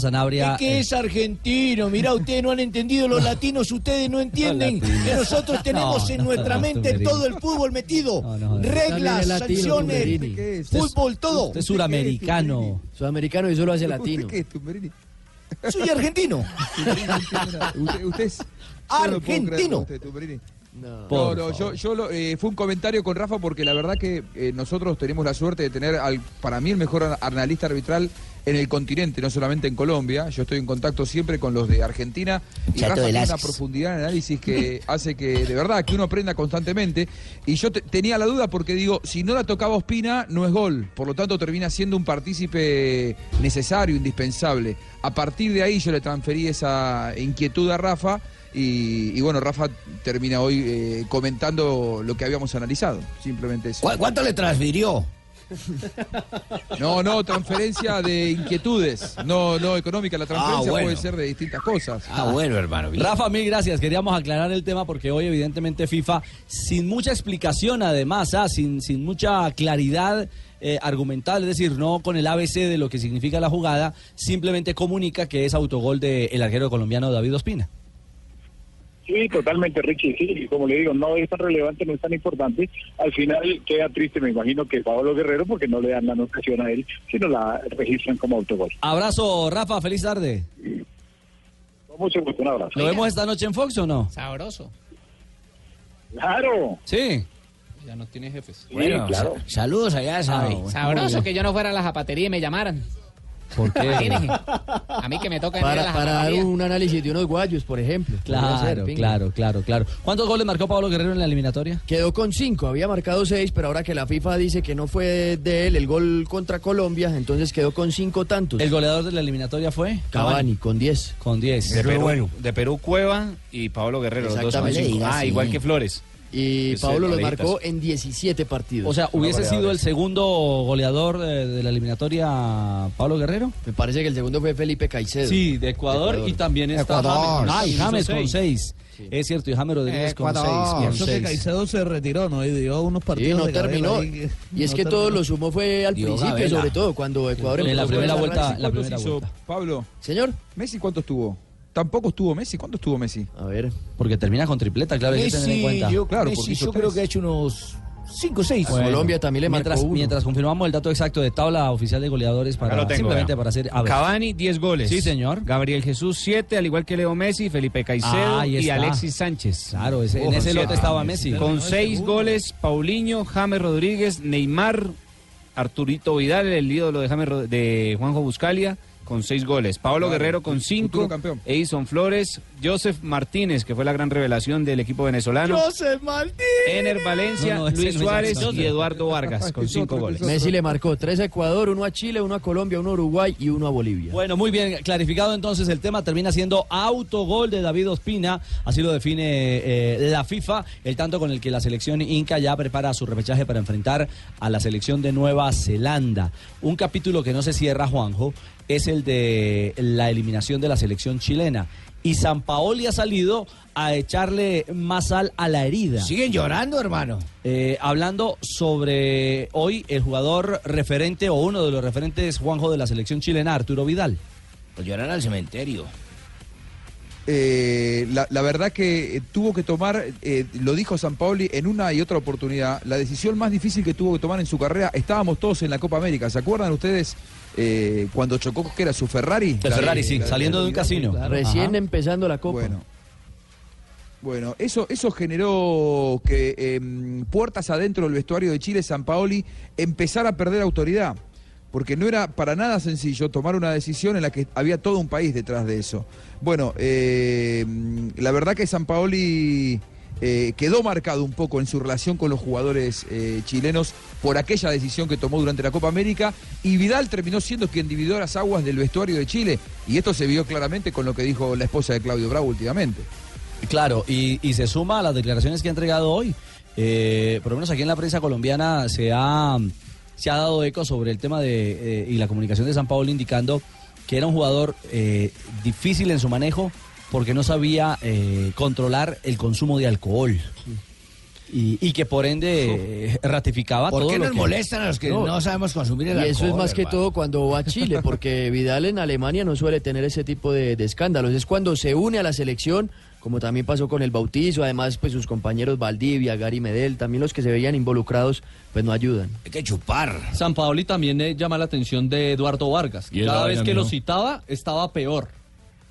S13: Es
S4: Sanabria.
S15: eh.
S13: que es argentino, mira, ustedes no han entendido, los latinos ustedes no entienden
S4: Los latinos.
S13: que nosotros tenemos
S4: No,
S13: en
S4: no,
S13: nuestra
S4: no,
S13: mente
S4: Tumberini.
S13: todo el fútbol metido,
S4: También
S13: reglas,
S4: es latino,
S13: sanciones,
S4: Tumberini.
S13: fútbol, todo.
S4: Usted es suramericano.
S13: Sudamericano y eso lo hace latino. Soy argentino.
S19: usted, usted es Yo no
S13: Argentino.
S19: puedo creerlo,
S2: Este,
S19: usted, Tumberini. No, no, yo, yo lo- eh, fue un comentario con Rafa porque la verdad que eh, nosotros tenemos la suerte de tener al, para mí el mejor an- analista arbitral en el continente, no solamente en Colombia. Yo estoy en contacto siempre con los de Argentina y
S5: Chato
S19: Rafa tiene una
S5: Velázquez.
S19: profundidad de análisis que hace que de verdad que uno aprenda constantemente. Y yo te- tenía la duda porque digo, si no la tocaba Ospina, no es gol. Por lo tanto, termina siendo un partícipe necesario, indispensable. A partir de ahí yo le transferí esa inquietud a Rafa. Y, y bueno, Rafa termina hoy eh, comentando lo que habíamos analizado. Simplemente eso.
S5: ¿Cuánto le transfirió?
S19: No, no, transferencia de inquietudes. No, no económica.
S5: Ah,
S19: La transferencia
S4: bueno.
S19: puede ser de distintas cosas. Ah.
S4: Rafa, mil gracias. Queríamos aclarar el tema porque hoy, evidentemente, FIFA, sin mucha explicación, además, ah, sin, sin mucha claridad eh, argumental, es decir, no con el ABC de lo que significa la jugada, simplemente comunica que es autogol del arquero colombiano David Ospina.
S18: Sí, totalmente, Richie. Sí, como le digo, no es tan relevante, no es tan importante. Al final queda triste, me imagino, que Pablo Guerrero, porque no le dan la anotación a él, sino la registran como autogol.
S4: Abrazo, Rafa, feliz tarde.
S18: Con mucho gusto, un abrazo.
S4: ¿Lo vemos esta noche en Fox o no?
S6: Sabroso.
S18: Claro.
S4: Sí.
S6: Ya no tiene jefes.
S5: Bueno, sa- saludos allá,
S4: Ah,
S5: Sabi.
S6: Ah, Sabroso que yo no fuera a la zapatería y me llamaran.
S4: ¿Por
S6: qué? A mí que me toca ir a la
S13: Para, para dar
S6: zapatería.
S13: un análisis de unos guayos, por ejemplo. Podría ser,
S4: Claro,
S13: pinga.
S4: claro, claro, claro. ¿Cuántos goles marcó Pablo Guerrero en la eliminatoria?
S13: Quedó con cinco, había marcado seis, pero ahora que la FIFA dice que no fue de él el gol contra Colombia, entonces quedó con cinco tantos.
S4: El goleador de la eliminatoria fue
S13: Pues, Cavani, con 10.
S4: Con 10.
S1: de, Perú, de Perú, Cueva y Pablo Guerrero. los dos con
S13: Exactamente.
S1: cinco. Ah,
S13: Sí.
S1: igual que Flores.
S13: Y
S1: Ese,
S13: Pablo lo
S1: parejitas.
S13: marcó en 17 partidos.
S4: O sea, ¿hubiese sido el segundo goleador eh, de la eliminatoria Pablo Guerrero?
S13: Me parece que el segundo fue Felipe Caicedo.
S4: Sí, de Ecuador, y también está James. Ah, y James con seis. Es cierto, y James Rodríguez con seis.
S9: Eso
S4: Con
S9: que
S4: seis.
S9: Caicedo se retiró, ¿no? Y dio unos partidos.
S13: Sí, no
S9: de Gabela
S13: terminó.
S9: ahí que-
S13: Y es
S9: no
S13: que todo
S9: terminó.
S13: lo sumó fue al
S9: Dio
S13: principio,
S9: Gabela.
S13: sobre todo, cuando Ecuador
S19: En
S13: empezó
S19: la
S13: con
S19: primera
S13: esa
S19: vuelta,
S13: racha.
S19: la primera vuelta. Pablo.
S13: Señor.
S19: Messi cuánto estuvo? Tampoco estuvo Messi, ¿cuánto estuvo Messi?
S13: A ver.
S4: Porque termina con tripleta, claro, hay que tener en cuenta.
S5: Messi, yo creo que ha hecho unos 5, 6.
S4: Bueno, mientras, Mientras confirmamos el dato exacto de tabla oficial de goleadores para
S1: Acá lo tengo,
S4: simplemente
S1: vea.
S4: para hacer a ver.
S1: Cavani, 10 goles.
S4: Sí, señor.
S1: Gabriel Jesús, 7, al igual que Leo Messi, Felipe Caicedo
S4: Ahí
S1: y
S4: está.
S1: Alexis Sánchez.
S4: Claro, ese- en ese
S1: Con
S4: lote
S1: siete.
S4: estaba Messi.
S1: Con 6 goles, Paulinho, James Rodríguez, Neymar, Arturito Vidal, el ídolo de, James Rod- de Juanjo Buscalia, con 6 goles. Pablo
S19: Claro,
S1: Guerrero con 5. Edison Flores, Joseph Martínez, que fue la gran revelación del equipo venezolano.
S13: José Martí.
S1: Ener Valencia,
S13: No, no, ese
S1: Luis
S13: no es
S1: Suárez
S13: Joseph.
S1: y Eduardo Vargas con 5 goles.
S13: Messi le marcó 3 a Ecuador, 1 a Chile, 1 a Colombia, 1 a Uruguay y 1 a Bolivia.
S4: Bueno, muy bien, clarificado entonces el tema termina siendo autogol de David Ospina, así lo define eh, la FIFA, el tanto con el que la selección inca ya prepara su repechaje para enfrentar a la selección de Nueva Zelanda. Un capítulo que no se cierra, Juanjo, es el de la eliminación de la selección chilena. Y San ha salido a echarle más sal a la herida.
S5: Siguen llorando, hermano.
S4: Eh, hablando sobre hoy el jugador referente o uno de los referentes, Juanjo, de la selección chilena, Arturo Vidal.
S5: Pues llorar al cementerio.
S19: Eh, la, la verdad que eh, tuvo que tomar, eh, lo dijo San Paoli en una y otra oportunidad, la decisión más difícil que tuvo que tomar en su carrera. Estábamos todos en la Copa América, ¿se acuerdan ustedes eh, cuando chocó que era su Ferrari?
S4: El Ferrari, sí, saliendo de un casino.
S13: Recién empezando la Copa.
S19: Bueno. Bueno, eso, eso generó que em, puertas adentro del vestuario de Chile, San Paoli, empezara a perder autoridad. Porque no era para nada sencillo tomar una decisión en la que había todo un país detrás de eso. Bueno, em, la verdad que San Paoli eh, quedó marcado un poco en su relación con los jugadores eh, chilenos por aquella decisión que tomó durante la Copa América y Vidal terminó siendo quien dividió las aguas del vestuario de Chile y esto se vio claramente con lo que dijo la esposa de Claudio Bravo últimamente.
S4: Claro, y, y se suma a las declaraciones que ha entregado hoy. Eh, por lo menos aquí en la prensa colombiana se ha, se ha dado eco sobre el tema de, eh, y la comunicación de San Paolo indicando que era un jugador eh, difícil en su manejo porque no sabía eh, controlar el consumo de alcohol. Y, y que por ende eh, ratificaba
S5: ¿Por
S4: todo
S5: qué
S4: lo
S5: nos
S4: que-
S5: molestan a los que no, sabemos consumir
S13: Y
S5: el
S13: eso
S5: alcohol?
S13: es más que
S5: hermano?
S13: todo cuando va a Chile, porque Vidal en Alemania no suele tener ese tipo de, de escándalos. Es cuando se une a la selección, como también pasó con el bautizo. Además, pues sus compañeros Valdivia, Gary Medel, también los que se veían involucrados, pues no ayudan.
S5: Hay que chupar.
S3: San Paoli también eh, llama la atención de Eduardo Vargas.
S13: Y él
S3: Cada
S13: ahora
S3: vez
S13: ya
S3: que
S13: no.
S3: lo citaba, estaba peor.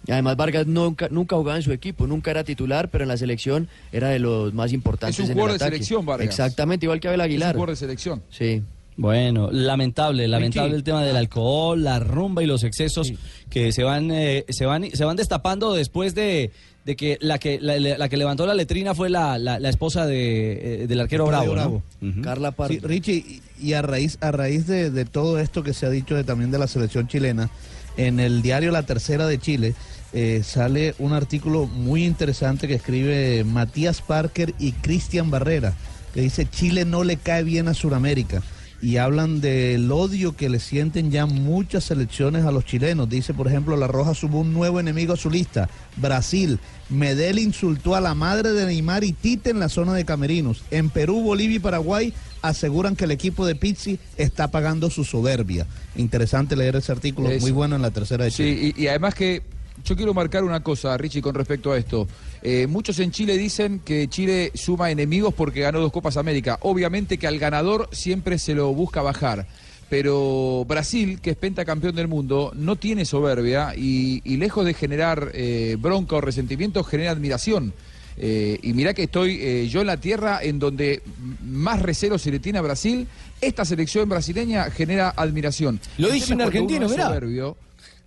S13: Y además Vargas nunca, nunca jugaba en su equipo, nunca era titular, pero en la selección era de los más importantes.
S19: Es un
S13: en el
S19: jugador de
S13: ataque.
S19: selección, Vargas.
S13: Exactamente, igual que Abel Aguilar.
S19: Es un jugador de selección.
S13: Sí.
S4: Bueno, lamentable, lamentable el tema del alcohol, la rumba y los excesos que se van, eh, se van, se van destapando después de, de que la que la, la que levantó la letrina fue la, la- la esposa de, eh, del arquero Bravo,
S9: Bravo.
S4: ¿no?
S13: Carla Pardo.
S9: Sí, Richie, y- y a raíz, a raíz de, de todo esto que se ha dicho de- también de la selección chilena, en el diario La Tercera de Chile eh, sale un artículo muy interesante que escribe Matías Parker y Cristian Barrera, que dice Chile no le cae bien a Sudamérica. Y hablan del odio que le sienten ya muchas selecciones a los chilenos. Dice, por ejemplo, La Roja sumó un nuevo enemigo a su lista, Brasil. Medel insultó a la madre de Neymar y Tite en la zona de Camerinos. En Perú, Bolivia y Paraguay aseguran que el equipo de Pizzi está pagando su soberbia. Interesante leer ese artículo,
S19: Eso.
S9: muy bueno en la tercera de Chile.
S19: Sí, y, y además que yo quiero marcar una cosa, Richie, con respecto a esto. Eh, muchos en Chile dicen que Chile suma enemigos porque ganó dos Copas América. Obviamente que al ganador siempre se lo busca bajar. Pero Brasil, que es pentacampeón del mundo, no tiene soberbia y, y lejos de generar eh, bronca o resentimiento, genera admiración. Eh, y mirá que estoy eh, yo en la tierra en donde más recelo se le tiene a Brasil. Esta selección brasileña genera admiración.
S5: Lo
S19: El
S5: dice
S19: tema
S5: un
S19: es cuando
S5: argentino,
S19: uno es
S5: mirá.
S19: soberbio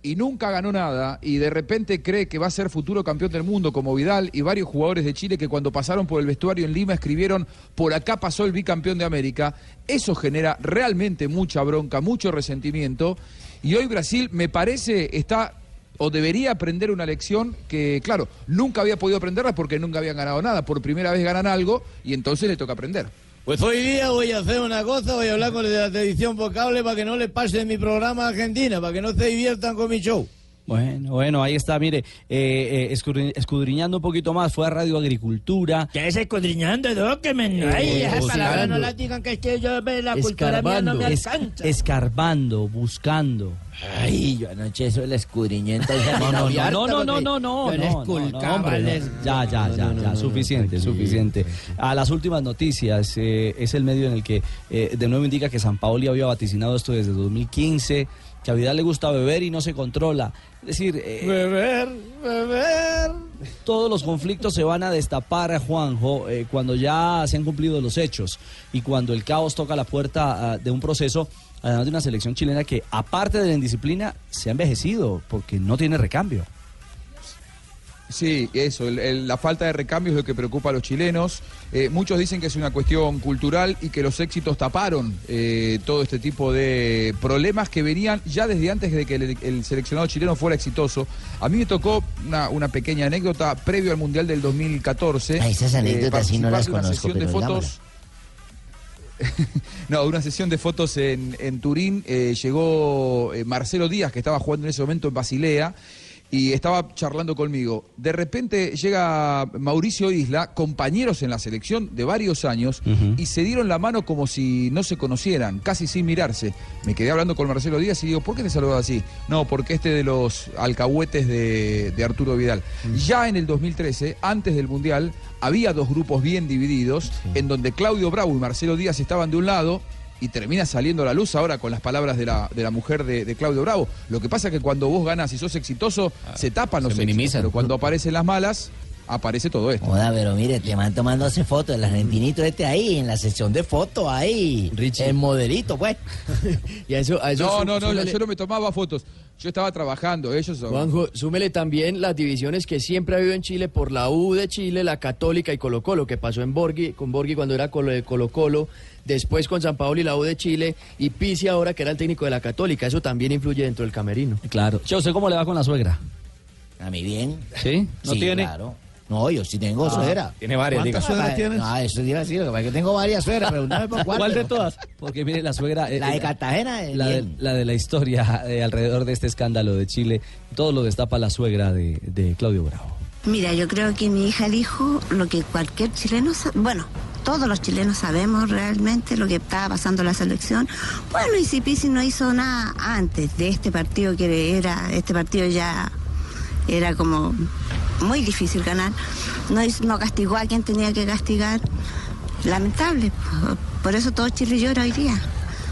S19: y nunca ganó nada y de repente cree que va a ser futuro campeón del mundo como Vidal y varios jugadores de Chile que cuando pasaron por el vestuario en Lima escribieron por acá pasó el bicampeón de América, eso genera realmente mucha bronca, mucho resentimiento y hoy Brasil me parece está o debería aprender una lección que claro, nunca había podido aprenderla porque nunca habían ganado nada, por primera vez ganan algo y entonces le toca aprender.
S5: Pues hoy día voy a hacer una cosa, voy a hablar con los de la televisión por cable para que no les pase mi programa a Argentina, para que no se diviertan con mi show.
S4: Bueno, bueno, ahí está, mire, eh, eh, escudri- escudriñando un poquito más, fue a Radio Agricultura. Eh, ¿Qué es escudriñando, Doc?
S13: Eh,
S15: Ay, esas palabras no las digan que es que yo ve la cultura mía no me
S4: es-
S15: alcanza.
S4: escarbando, buscando.
S14: Ay, yo anoche eso la escudriñé. entonces,
S4: No, no,
S14: había
S4: no,
S14: harto
S4: no, no,
S14: porque yo
S4: no, no, no,
S9: este
S14: les
S4: no,
S14: culcaba,
S4: no, hombre, no.
S14: les-
S4: Ya, ya,
S14: No,
S4: ya,
S14: no, no,
S4: ya,
S14: no,
S4: suficiente, suficiente. A las últimas noticias eh, es el medio en el que eh, de nuevo indica que San Paoli había vaticinado esto desde 2015, que a Vidal le gusta beber y no se controla. Es decir, eh,
S15: Beber, beber.
S4: todos los conflictos se van a destapar, Juanjo, eh, cuando ya se han cumplido los hechos y cuando el caos toca la puerta ah, de un proceso, además de una selección chilena que, aparte de la indisciplina, se ha envejecido porque no tiene recambio.
S19: Sí, eso, el- el- la falta de recambio es lo que preocupa a los chilenos. Eh, muchos dicen que es una cuestión cultural y que los éxitos taparon eh, todo este tipo de problemas que venían ya desde antes de que el, el seleccionado chileno fuera exitoso. A mí me tocó una, una pequeña anécdota previo al Mundial del 2014.
S14: Ah, esas
S19: eh,
S14: anécdotas sí no
S19: participar
S14: las
S19: de una
S14: conozco,
S19: sesión de
S14: pero
S19: fotos.
S14: dámela.
S19: No, una sesión de fotos en, en Turín. eh, llegó eh, Marcelo Díaz, que estaba jugando en ese momento en Basilea, y estaba charlando conmigo. De repente llega Mauricio Isla, compañeros en la selección de varios años, y se dieron la mano como si no se conocieran, casi sin mirarse. Me quedé hablando con Marcelo Díaz y digo, ¿por qué te saludas así? No, porque este de los alcahuetes de, de Arturo Vidal. Ya en el 2013, antes del Mundial, había dos grupos bien divididos, en donde Claudio Bravo y Marcelo Díaz estaban de un lado. Y termina saliendo a la luz ahora con las palabras de la, de la mujer de, de Claudio Bravo. Lo que pasa es que cuando vos ganas y sos exitoso, Ah, se tapan los éxitos. Pero cuando aparecen las malas, aparece todo esto.
S14: Joda, pero mire, te van tomándose fotos, el argentinito este ahí, en la sesión de fotos ahí, el modelito, pues.
S13: Y a eso, a eso
S19: no,
S13: sú-
S19: no, no,
S13: súmele-
S19: Ah, yo no me tomaba fotos. Yo estaba trabajando, ellos son.
S13: Juanjo, súmele también las divisiones que siempre ha habido en Chile por la U de Chile, la Católica y Colo Colo, que pasó en Borghi, con Borghi cuando era Colo de Colo Colo, después con San Paolo y la U de Chile, y Pizzi ahora que era el técnico de la Católica, eso también influye dentro del camerino.
S4: Claro. Yo sé cómo le va con la suegra.
S14: A mí bien.
S4: ¿Sí?
S14: Sí, Claro. No, yo sí tengo
S4: Ah,
S14: suegra.
S4: tiene varias,
S14: ¿Cuántas
S4: diga.
S14: suegras
S4: Ah,
S14: tienes? No, eso iba a decir, lo que pasa es que tengo varias suegras, pregúntame por cuál.
S4: ¿Cuál de todas? Porque mire, la suegra... eh,
S14: La de
S4: eh,
S14: Cartagena, eh,
S4: la, de,
S14: bien.
S4: la de la historia eh, alrededor de este escándalo de Chile, todo lo destapa la suegra de, de Claudio Bravo.
S20: Mira, yo creo que mi hija dijo lo que cualquier chileno, sa- bueno, todos los chilenos sabemos realmente lo que estaba pasando en la selección. Bueno, y si Pizzi no hizo nada antes de este partido, que era, este partido ya era como muy difícil ganar, no, hizo- no castigó a quien tenía que castigar. Lamentable, por- por eso todo Chile llora hoy día.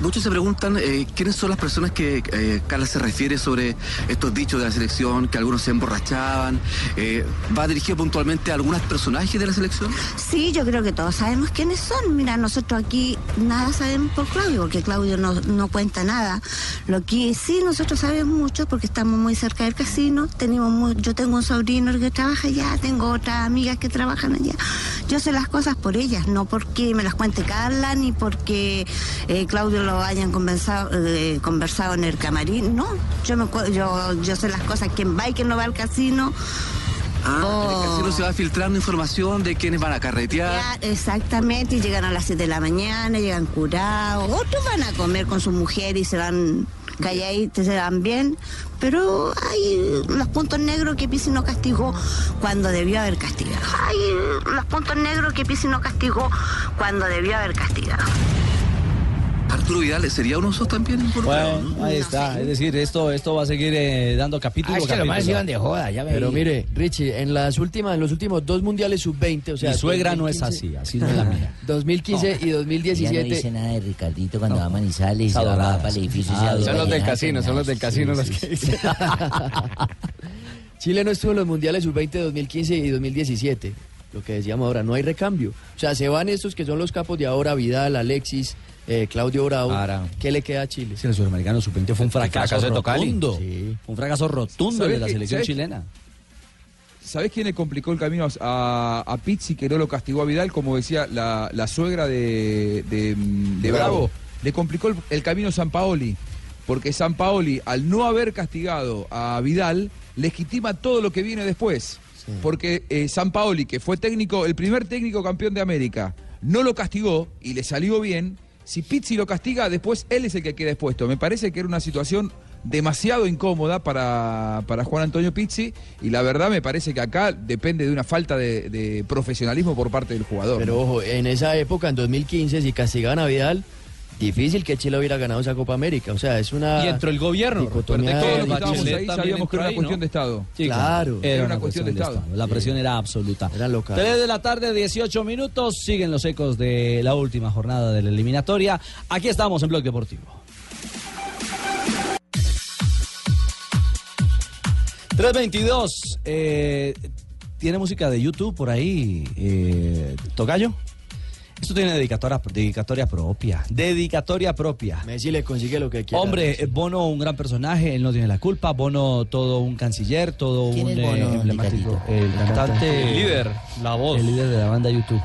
S21: Muchos se preguntan eh, quiénes son las personas que eh, Carla se refiere sobre estos dichos de la selección, que algunos se emborrachaban. Eh, ¿Va dirigido puntualmente a algunos personajes de la selección?
S20: Sí, yo creo que todos sabemos quiénes son. Mira, nosotros aquí nada sabemos por Claudio, porque Claudio no, no cuenta nada. Lo que sí nosotros sabemos mucho, porque estamos muy cerca del casino, tenemos mu- yo tengo un sobrino que trabaja allá, tengo otras amigas que trabajan allá. Yo sé las cosas por ellas, no porque me las cuente Carla, ni porque eh, Claudio lo hayan conversado, eh, conversado en el camarín. No, yo, me, cu- yo, yo sé las cosas, quién va y quién no va al casino.
S21: Ah,
S20: Oh.
S21: En el casino se va filtrando información de quiénes van a carretear.
S20: Ya, Exactamente, y llegan a las 7 de la mañana, llegan curados, otros van a comer con su mujer y se van calladitos, se van bien, pero hay los puntos negros que Pisi no castigó cuando debió haber castigado. Hay los puntos negros que Pisi no castigó cuando debió haber castigado.
S21: Arturo Vidal sería uno de esos también involucrados, ¿no?
S4: Ahí está, es decir, esto, esto va a seguir eh, dando capítulo.
S13: Ah, es que los
S4: capítulo.
S13: manes iban de joda, ya me Pero vi. mire, Richie, en las últimas, en los últimos dos mundiales sub-20, o sea,
S4: Mi suegra no es así, así no es la mía.
S13: 2015 y 2017.
S14: Ella no dice nada de Ricardito cuando va a Manizales,
S13: Está
S14: se va
S13: dorada.
S14: para el edificio.
S13: Ah, son los del casino, son los del casino los que Chile no estuvo en los mundiales sub-20 2015 y 2017. Lo que decíamos ahora, no hay recambio. O sea, se van estos que son los capos de ahora, Vidal, Alexis, eh, Claudio Bravo. ¿Qué le queda a Chile?
S4: Sí, el sudamericano sub-20 fue un fracaso,
S13: fracaso de Tocali.
S4: rotundo. Un fracaso rotundo
S19: ¿Sabes
S4: de la
S19: qué?
S4: selección
S19: ¿Sabes?
S4: chilena.
S19: ¿Sabés quién le complicó el camino a, a Pizzi que no lo castigó a Vidal? Como decía la, la suegra de, de- mm, de Bravo.
S22: Bravo.
S19: Le complicó el, el camino a San Paoli. Porque San Paoli, al no haber castigado a Vidal, legitima todo lo que viene después. Porque eh, San Paoli, que fue técnico, el primer técnico campeón de América, no lo castigó y le salió bien. Si Pizzi lo castiga, después él es el que queda expuesto. Me parece que era una situación demasiado incómoda para, para Juan Antonio Pizzi y la verdad me parece que acá depende de una falta de, de profesionalismo por parte del jugador.
S13: Pero
S19: ¿no?
S13: ojo, en esa época, en 2015, si castigaban a Vidal, difícil que Chile hubiera ganado esa Copa América. O sea, es una.
S4: Ah,
S3: Y entró el gobierno,
S13: dicotomía
S3: recuerde que
S13: de-
S3: todos estábamos
S19: Ahí sabíamos que era una cuestión de Estado.
S13: Claro.
S19: Era una cuestión de Estado.
S4: La presión era absoluta.
S13: Era local.
S4: 3 de la tarde, 18 minutos. Siguen los ecos de la última jornada de la eliminatoria. Aquí estamos en Blog Deportivo. 322. eh, ¿Tiene música de YouTube por ahí, eh, Tocayo? Esto tiene dedicatoria, dedicatoria propia. Dedicatoria propia.
S13: Messi le consigue lo que quiere.
S4: Hombre, eh, Bono un gran personaje, él no tiene la culpa. Bono todo un canciller, todo un eh, emblemático. El cantante.
S3: El líder,
S4: la voz. El líder de la banda YouTube.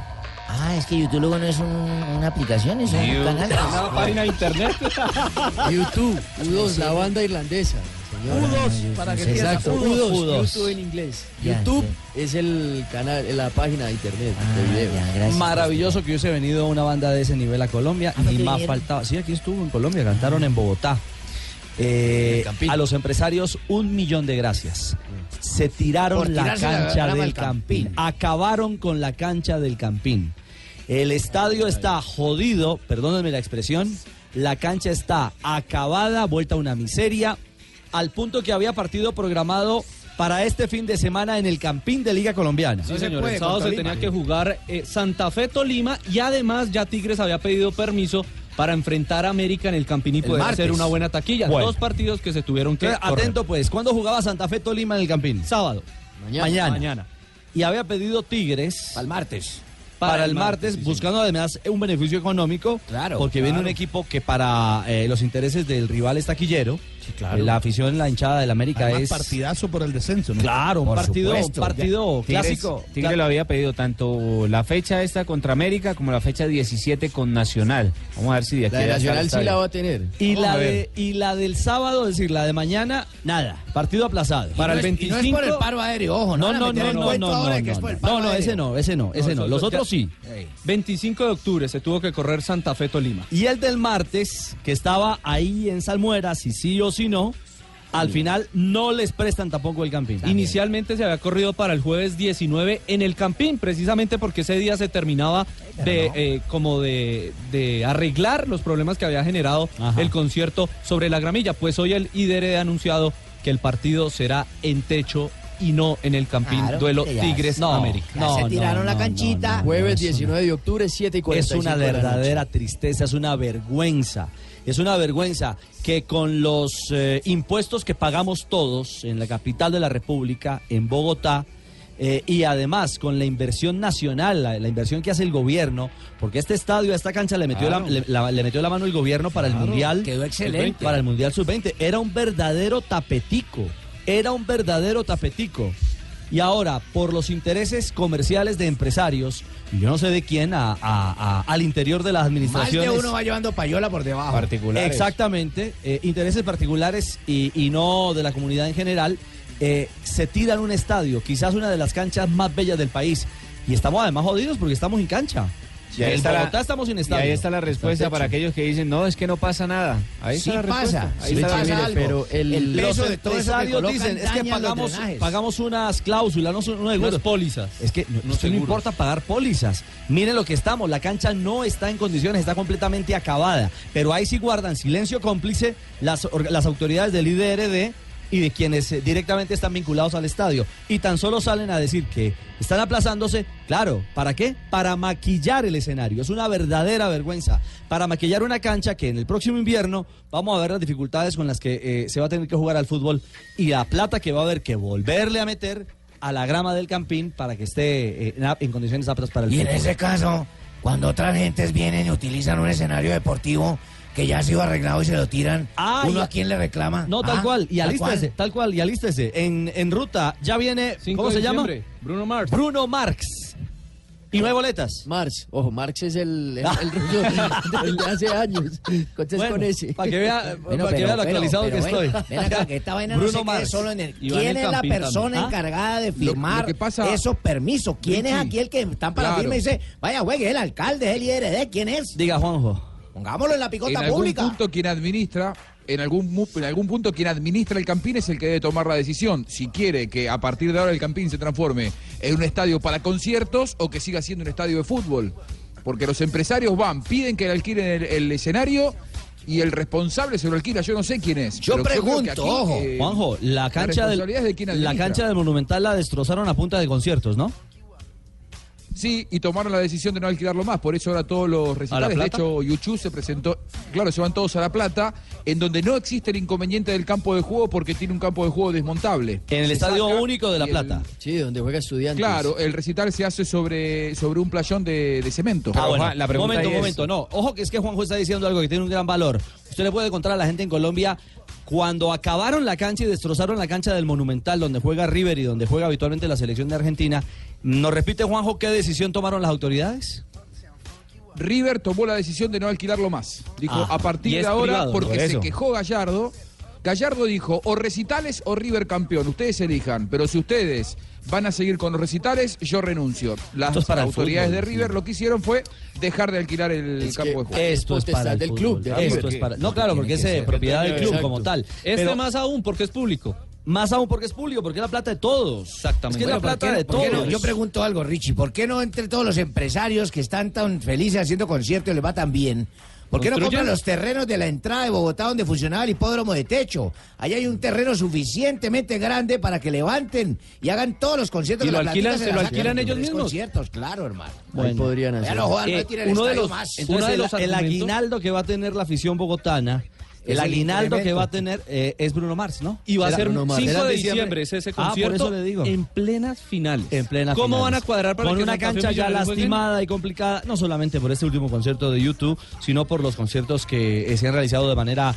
S5: Ah, es que YouTube luego no es un- una aplicación, es un
S4: You-
S5: canal.
S4: Una página de internet.
S13: YouTube, U2, la banda irlandesa. señora.
S5: U2, para que entienda,
S13: Exacto,
S5: U2,
S13: U2,
S5: U2.
S13: YouTube en inglés.
S4: Ya,
S13: YouTube es el canal, la página de internet
S3: Ah,
S13: de video.
S4: Maravilloso que hubiese venido una banda de ese nivel a Colombia.
S3: Ah,
S4: ni
S13: ¿no
S4: más
S13: vinieron?
S4: faltaba. Sí, aquí estuvo en Colombia, cantaron en Bogotá. Eh, a los empresarios, un millón de gracias. Se
S14: Por
S4: tiraron la
S14: tirarse la
S4: cancha
S14: grama
S4: del
S14: al
S4: Campín. Acabaron con la cancha del Campín. El estadio está jodido, perdónenme la expresión. La cancha está acabada, vuelta a una miseria, al punto que había partido programado para este fin de semana en el Campín de Liga Colombiana.
S3: Sí, señor, el sábado se tenía que jugar eh, Santa Fe Tolima y además ya Tigres había pedido permiso para enfrentar a América en el Campín y
S4: El
S3: poder
S4: martes.
S3: hacer una buena taquilla.
S4: Bueno.
S3: Dos partidos que se tuvieron que.
S4: Entonces, atento pues, ¿cuándo jugaba Santa Fe Tolima en el Campín? Sábado.
S3: Mañana.
S4: Mañana.
S3: Mañana.
S4: Y había pedido Tigres. Para el martes. Para, el martes, buscando además un beneficio económico. Claro. Porque viene
S3: claro.
S4: un equipo que para eh, los intereses del rival es taquillero.
S9: claro.
S4: La afición, la hinchada del América
S9: Además,
S4: es.
S9: partidazo por el descenso, ¿no?
S4: Claro, un
S9: Por
S4: partido,
S9: supuesto,
S4: un partido
S9: ya. Tigres-
S4: clásico.
S1: Tigre lo había pedido tanto la fecha esta contra América como la fecha 17 con Nacional. Vamos a ver si de aquí
S4: La de
S1: a llegar
S4: Nacional
S1: al
S4: sí
S1: estadio.
S4: la va a tener. Y la, de, y la del sábado, es decir, la de mañana, nada. Partido aplazado.
S14: Para el 25.
S4: No, no, no, no, no, no, no, no, no, ese no, ese no, ese no. Los otros sí.
S3: 25 de octubre se tuvo que correr Santa Fe Tolima.
S4: Y el del martes, que estaba ahí en Salmuera, si sí o si no, al final no les prestan tampoco el campín.
S3: Inicialmente se había corrido para el jueves 19 en el Campín, precisamente porque ese día se terminaba de eh, como de, de arreglar los problemas que había generado el concierto sobre la gramilla. Pues hoy el IDRD ha anunciado que el partido será en techo y no en el Campín.
S4: Claro,
S3: duelo
S4: que ya
S3: Tigres
S4: es- no,
S3: América.
S4: ya se No, no, tiraron la no, no, canchita. no, no,
S13: Jueves
S4: es una-
S13: 19 de octubre, 7 y
S4: Es
S13: 45
S4: una
S13: de la noche.
S4: verdadera tristeza, es una vergüenza. Es una vergüenza que con los eh, impuestos que pagamos todos en la capital de la República, en Bogotá, eh, y además con la inversión nacional, la, la inversión que hace el gobierno, porque este estadio, a esta cancha le metió,
S14: Claro.
S4: la, le, la- le metió la mano el gobierno para el
S14: Claro,
S4: Mundial.
S14: quedó excelente.
S4: Para el Mundial Sub-20. Era un verdadero tapetico. Era un verdadero tapetico. Y ahora, por los intereses comerciales de empresarios, y yo no sé de quién, a- a- a- al interior de las
S5: Más
S4: administraciones.
S5: de uno va llevando payola por debajo.
S4: Exactamente, eh, intereses particulares y, y no de la comunidad en general, eh, se tiran un estadio, quizás una de las canchas más bellas del país. Y estamos además jodidos porque estamos en cancha.
S1: Y ahí
S4: en
S1: está la-
S4: Bogotá estamos sin
S1: y
S4: estadio.
S1: ahí está la respuesta
S4: Está
S1: para
S4: hecho.
S1: aquellos que dicen, no, es que no pasa nada. Ahí
S4: Sí
S1: está la
S4: pasa,
S1: respuesta. Ahí
S4: sí
S1: está la
S4: pasa
S1: respuesta.
S4: algo. los empresarios dicen, es que pagamos, pagamos unas cláusulas, no son unos seguros.
S3: pólizas.
S4: Es que no, es que no
S3: seguros.
S4: importa pagar pólizas. Miren lo que estamos, la cancha no está en condiciones, está completamente acabada. Pero ahí sí guardan silencio cómplice las, or- las autoridades del IDRD y de quienes eh, directamente están vinculados al estadio. Y tan solo salen a decir que están aplazándose, claro, ¿para qué? Para maquillar el escenario. Es una verdadera vergüenza. Para maquillar una cancha que en el próximo invierno vamos a ver las dificultades con las que eh, se va a tener que jugar al fútbol y la plata que va a haber que volverle a meter a la grama del campín para que esté eh, en, ap- en condiciones aptas para el
S5: Y en
S4: fútbol.
S5: ese caso, cuando otras gentes vienen y utilizan un escenario deportivo que ya ha sido arreglado y se lo tiran,
S4: Ah,
S5: ¿uno
S4: y-
S5: a quién le reclama?
S4: No, tal
S5: Ah,
S4: cual. Y
S5: tal
S4: alístese, tal cual, y alístese. En, en ruta ya viene, ¿cómo
S13: de
S4: se llama?
S13: diciembre,
S3: Bruno Marx.
S4: Bruno Marx. Y no hay boletas. Ah.
S13: Marx, ojo, Marx es el, el, el ruso del de hace años. Contés
S4: Bueno,
S13: con ese.
S4: para que vea-
S5: Bueno, pero- pero- pero ven- Ven acá, que esta vaina no se quede solo en el... ¿Quién es la persona encargada de
S19: Lo-
S5: firmar
S19: lo que pasa-
S5: esos permisos? ¿Quién es aquí el que está para la
S19: Claro.
S5: firma y dice, vaya, juegue, es el alcalde, es el IRD, ¿quién es?
S4: Diga, Juanjo.
S5: Pongámoslo en la picota
S19: en algún
S5: pública.
S19: punto quien administra en algún, mu- en algún punto quien administra el Campín es el que debe tomar la decisión. Si quiere que a partir de ahora el Campín se transforme en un estadio para conciertos o que siga siendo un estadio de fútbol. Porque los empresarios van, piden que le alquilen el, el escenario y el responsable se lo alquila. Yo no sé quién es.
S4: Yo
S19: pero creo que
S4: pregunto,
S19: aquí,
S4: ojo.
S19: eh,
S4: Juanjo, la cancha, del,
S19: responsabilidad es de quien
S4: la
S19: administra.
S4: cancha del Monumental la destrozaron a punta de conciertos, ¿no?
S19: Sí, y tomaron la decisión de no alquilarlo más. Por eso ahora todos los recitales, de
S4: Plata?
S19: hecho, Yuchu se presentó. Claro, se van todos a La Plata, en donde no existe el inconveniente del campo de juego porque tiene un campo de juego desmontable.
S4: En el
S19: Se
S4: Estadio
S19: saca
S4: Único de La
S19: y el-
S4: Plata.
S13: Sí, donde juega estudiantes.
S19: Claro, el recital se hace sobre, sobre un playón de, de cemento.
S4: Ah, bueno. momento, momento, no. Ojo que es que Juanjo está diciendo algo que tiene un gran valor. Usted le puede contar a la gente en Colombia cuando acabaron la cancha y destrozaron la cancha del Monumental donde juega River y donde juega habitualmente la selección de Argentina. ¿Nos repite Juanjo qué decisión tomaron las autoridades?
S19: River tomó la decisión de no alquilarlo más. Dijo,
S4: Ah,
S19: a
S4: y
S19: partir
S4: es
S19: de ahora,
S4: privado,
S19: porque
S4: por
S19: se
S4: eso.
S19: quejó Gallardo, Gallardo dijo, o recitales o River campeón, ustedes elijan, pero si ustedes van a seguir con los recitales, yo renuncio. Las
S4: Esto es para el
S19: autoridades
S4: fútbol,
S19: de River
S4: sí.
S19: lo que hicieron fue dejar de alquilar el campo de juego.
S4: Esto es para el fútbol. Esto es para- No, claro, porque es eh, propiedad del club
S3: Exacto.
S4: como tal.
S3: Este más aún porque es público.
S4: Más aún porque es público, porque es la plata de todos. Exactamente. Es que es la
S5: Bueno, ¿por
S4: plata
S5: qué no-
S4: de
S5: por qué no?
S4: todos.
S5: Yo pregunto algo, Richie. ¿Por qué no entre todos los empresarios que están tan felices haciendo conciertos y les va tan bien? ¿Por qué no
S14: ¿Construyen?
S5: compran los terrenos de la entrada de Bogotá donde funcionaba el hipódromo de techo? Allá hay un terreno suficientemente grande para que levanten y hagan todos los conciertos.
S3: Y
S5: que
S3: lo
S5: la
S3: alquilan-
S5: platica
S3: se lo
S5: la
S3: alquilan
S5: sacan.
S3: ellos
S5: Tres
S3: mismos.
S5: conciertos, claro, hermano.
S13: Ahí podrían
S5: Ya
S13: hacer.
S5: no jodan, no
S4: Eh,
S5: tiren el
S4: uno de
S5: estadio
S4: los,
S5: más.
S4: entonces, el, el
S5: argumentos-
S4: aguinaldo que va a tener la afición bogotana, el
S5: el
S4: aguinaldo que
S5: incremento.
S4: va a tener eh, es Bruno Mars, ¿no?
S3: Y va a
S4: Será
S3: ser
S4: Bruno Mars.
S3: 5
S4: Será
S3: de
S4: en
S3: diciembre es ese
S4: Ah, por
S3: concierto
S4: eso le digo.
S3: en plenas finales.
S4: En plena
S3: ¿Cómo
S4: finales.
S3: van a cuadrar para
S4: Con
S3: que
S4: una
S3: Santa Fe
S4: cancha ya
S3: Millonarios juegue?
S4: lastimada y complicada, no solamente por este último concierto de YouTube, sino por los conciertos que eh, se han realizado de manera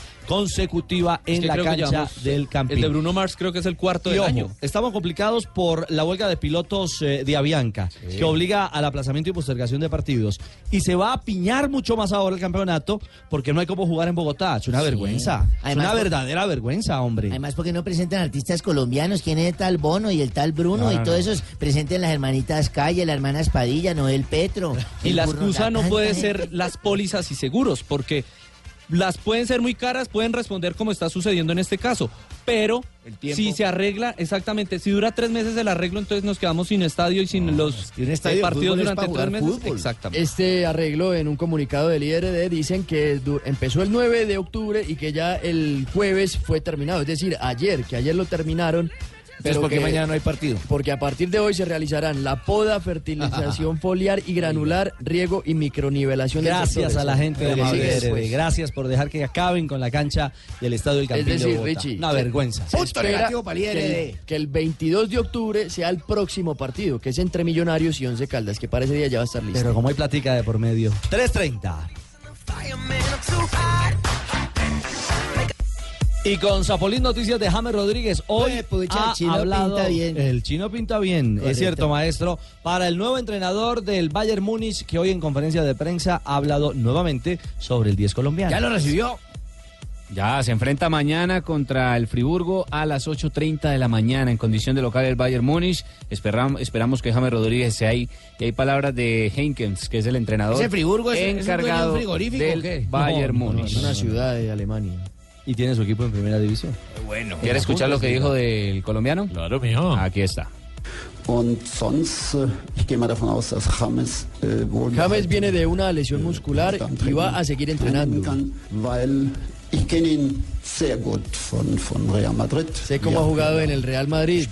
S4: consecutiva en
S3: Es que
S4: la
S3: creo que
S4: cancha
S3: llevamos-
S4: del campeón.
S3: El de Bruno Mars Pues creo que es el cuarto
S4: Y
S3: del
S4: ojo,
S3: año.
S4: Estamos complicados por la huelga de pilotos eh, de Avianca, que obliga al aplazamiento y postergación de partidos. Y se va a piñar mucho más ahora el campeonato porque no hay cómo jugar en Bogotá. Es una
S5: Sí.
S4: vergüenza. es
S5: Además,
S4: una
S5: por-
S4: verdadera vergüenza, hombre.
S5: Además, porque no presentan artistas colombianos? ¿Quién es el tal Bono y el tal Bruno
S4: No,
S5: y
S4: no,
S5: todos
S4: no.
S5: esos? Presenten las hermanitas Calle, la hermana Espadilla, Noel Petro.
S3: Y
S5: el
S3: la
S5: burro
S3: excusa no
S5: Natán,
S3: puede
S5: esta gente.
S3: ser las pólizas y seguros, porque las pueden ser muy caras, pueden responder como está sucediendo en este caso, pero
S4: tiempo.
S3: si se arregla, exactamente, si dura tres meses el arreglo, entonces nos quedamos sin estadio y sin los eh,
S13: estadio de
S3: partidos
S13: fútbol es
S3: durante
S13: para
S3: tres
S13: jugar
S3: meses.
S13: fútbol.
S3: Exactamente.
S13: Este arreglo en un comunicado del IRD dicen que du- empezó el 9 de octubre y que ya el jueves fue terminado, es decir, ayer, que ayer lo terminaron. Pero
S5: ¿por qué
S13: que-
S5: mañana no hay partido?
S13: Porque a partir de hoy se realizarán la poda, fertilización foliar y granular, riego y micronivelación. de
S4: Gracias
S13: sectores.
S4: a la gente del
S13: Porque sigue
S4: IRD.
S13: después.
S4: Gracias por dejar que acaben con la cancha del Estadio del
S13: pues. Es
S4: Campín de
S13: decir,
S4: Bogotá.
S13: Richie.
S4: Una
S13: se-
S4: vergüenza.
S13: se espera que, el, que el 22 de octubre sea el próximo partido, que es entre Millonarios y Once Caldas, que para ese día ya va a estar listo.
S4: Pero como hay platica de por medio. 3.30. Y con Zapolín Noticias de James Rodríguez, hoy ha
S5: el chino
S4: hablado...
S5: pinta bien.
S4: El chino pinta bien, es
S5: Correcto.
S4: cierto, maestro. Para el nuevo entrenador del Bayern Múnich, que hoy en conferencia de prensa ha hablado nuevamente sobre el 10 colombiano.
S1: Ya lo recibió. Ya se enfrenta mañana contra el Friburgo a las 8.30 de la mañana en condición de local el Bayern Múnich. Esperam- esperamos que James Rodríguez sea ahí. Y hay palabras de Henkens, que es el entrenador
S13: ¿Ese Friburgo es- es un dueño de un
S1: encargado
S13: frigorífico o
S1: del
S13: qué?
S1: Bayern
S13: No, no, no,
S1: Múnich.
S13: es una ciudad de Alemania.
S4: Y tiene su equipo en primera división.
S1: Bueno, ¿quieres escuchar lo que dijo del colombiano? Claro, mío. Aquí está.
S23: Und sonst, äh, ich gehe mal davon aus, dass James äh, wohl
S13: James viene de una lesión muscular y va a seguir entrenando.
S23: kann, weil ich kenne ihn sehr gut von, von Real Madrid.
S13: Sé cómo ha jugado en el Real Madrid.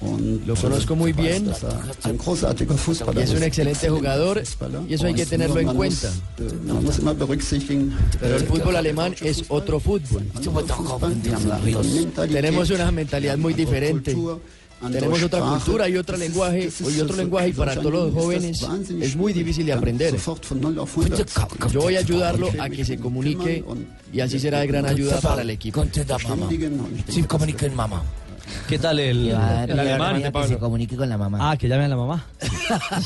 S23: Und äh,
S13: Lo conozco muy bien.
S23: Weiß, dass er ein großartiger Fußballer
S13: Y es un excelente jugador y eso hay que tenerlo en
S23: Man
S13: cuenta.
S23: Muss, äh, man muss immer berücksichtigen,
S13: Pero el
S23: äh,
S13: fútbol alemán es otro fútbol.
S23: die haben eine andere Mentalität,
S13: Tenemos una mentalidad muy diferente. Tenemos otra cultura y otro
S23: Das ist-
S13: lenguaje
S23: das ist
S13: y otro
S23: für-
S13: lenguaje y
S23: für
S13: para
S23: solche
S13: todos los
S23: Jungen
S13: jóvenes
S23: ist das wahnsinnig
S13: es muy
S23: schwierig.
S13: difícil de
S23: Dann
S13: aprender.
S23: sofort von 0 auf 100.
S13: Yo voy a ayudarlo a que se comunique y así será de gran ayuda para el equipo.
S23: Verständigen und ich denke,
S5: Sin comunicar, mamá.
S4: ¿Qué tal el,
S14: Y va a
S4: el
S14: pedir a
S4: alemán
S14: María
S4: de
S14: que se
S4: Pablo?
S14: comunique con la mamá.
S4: Ah, que llame a la mamá.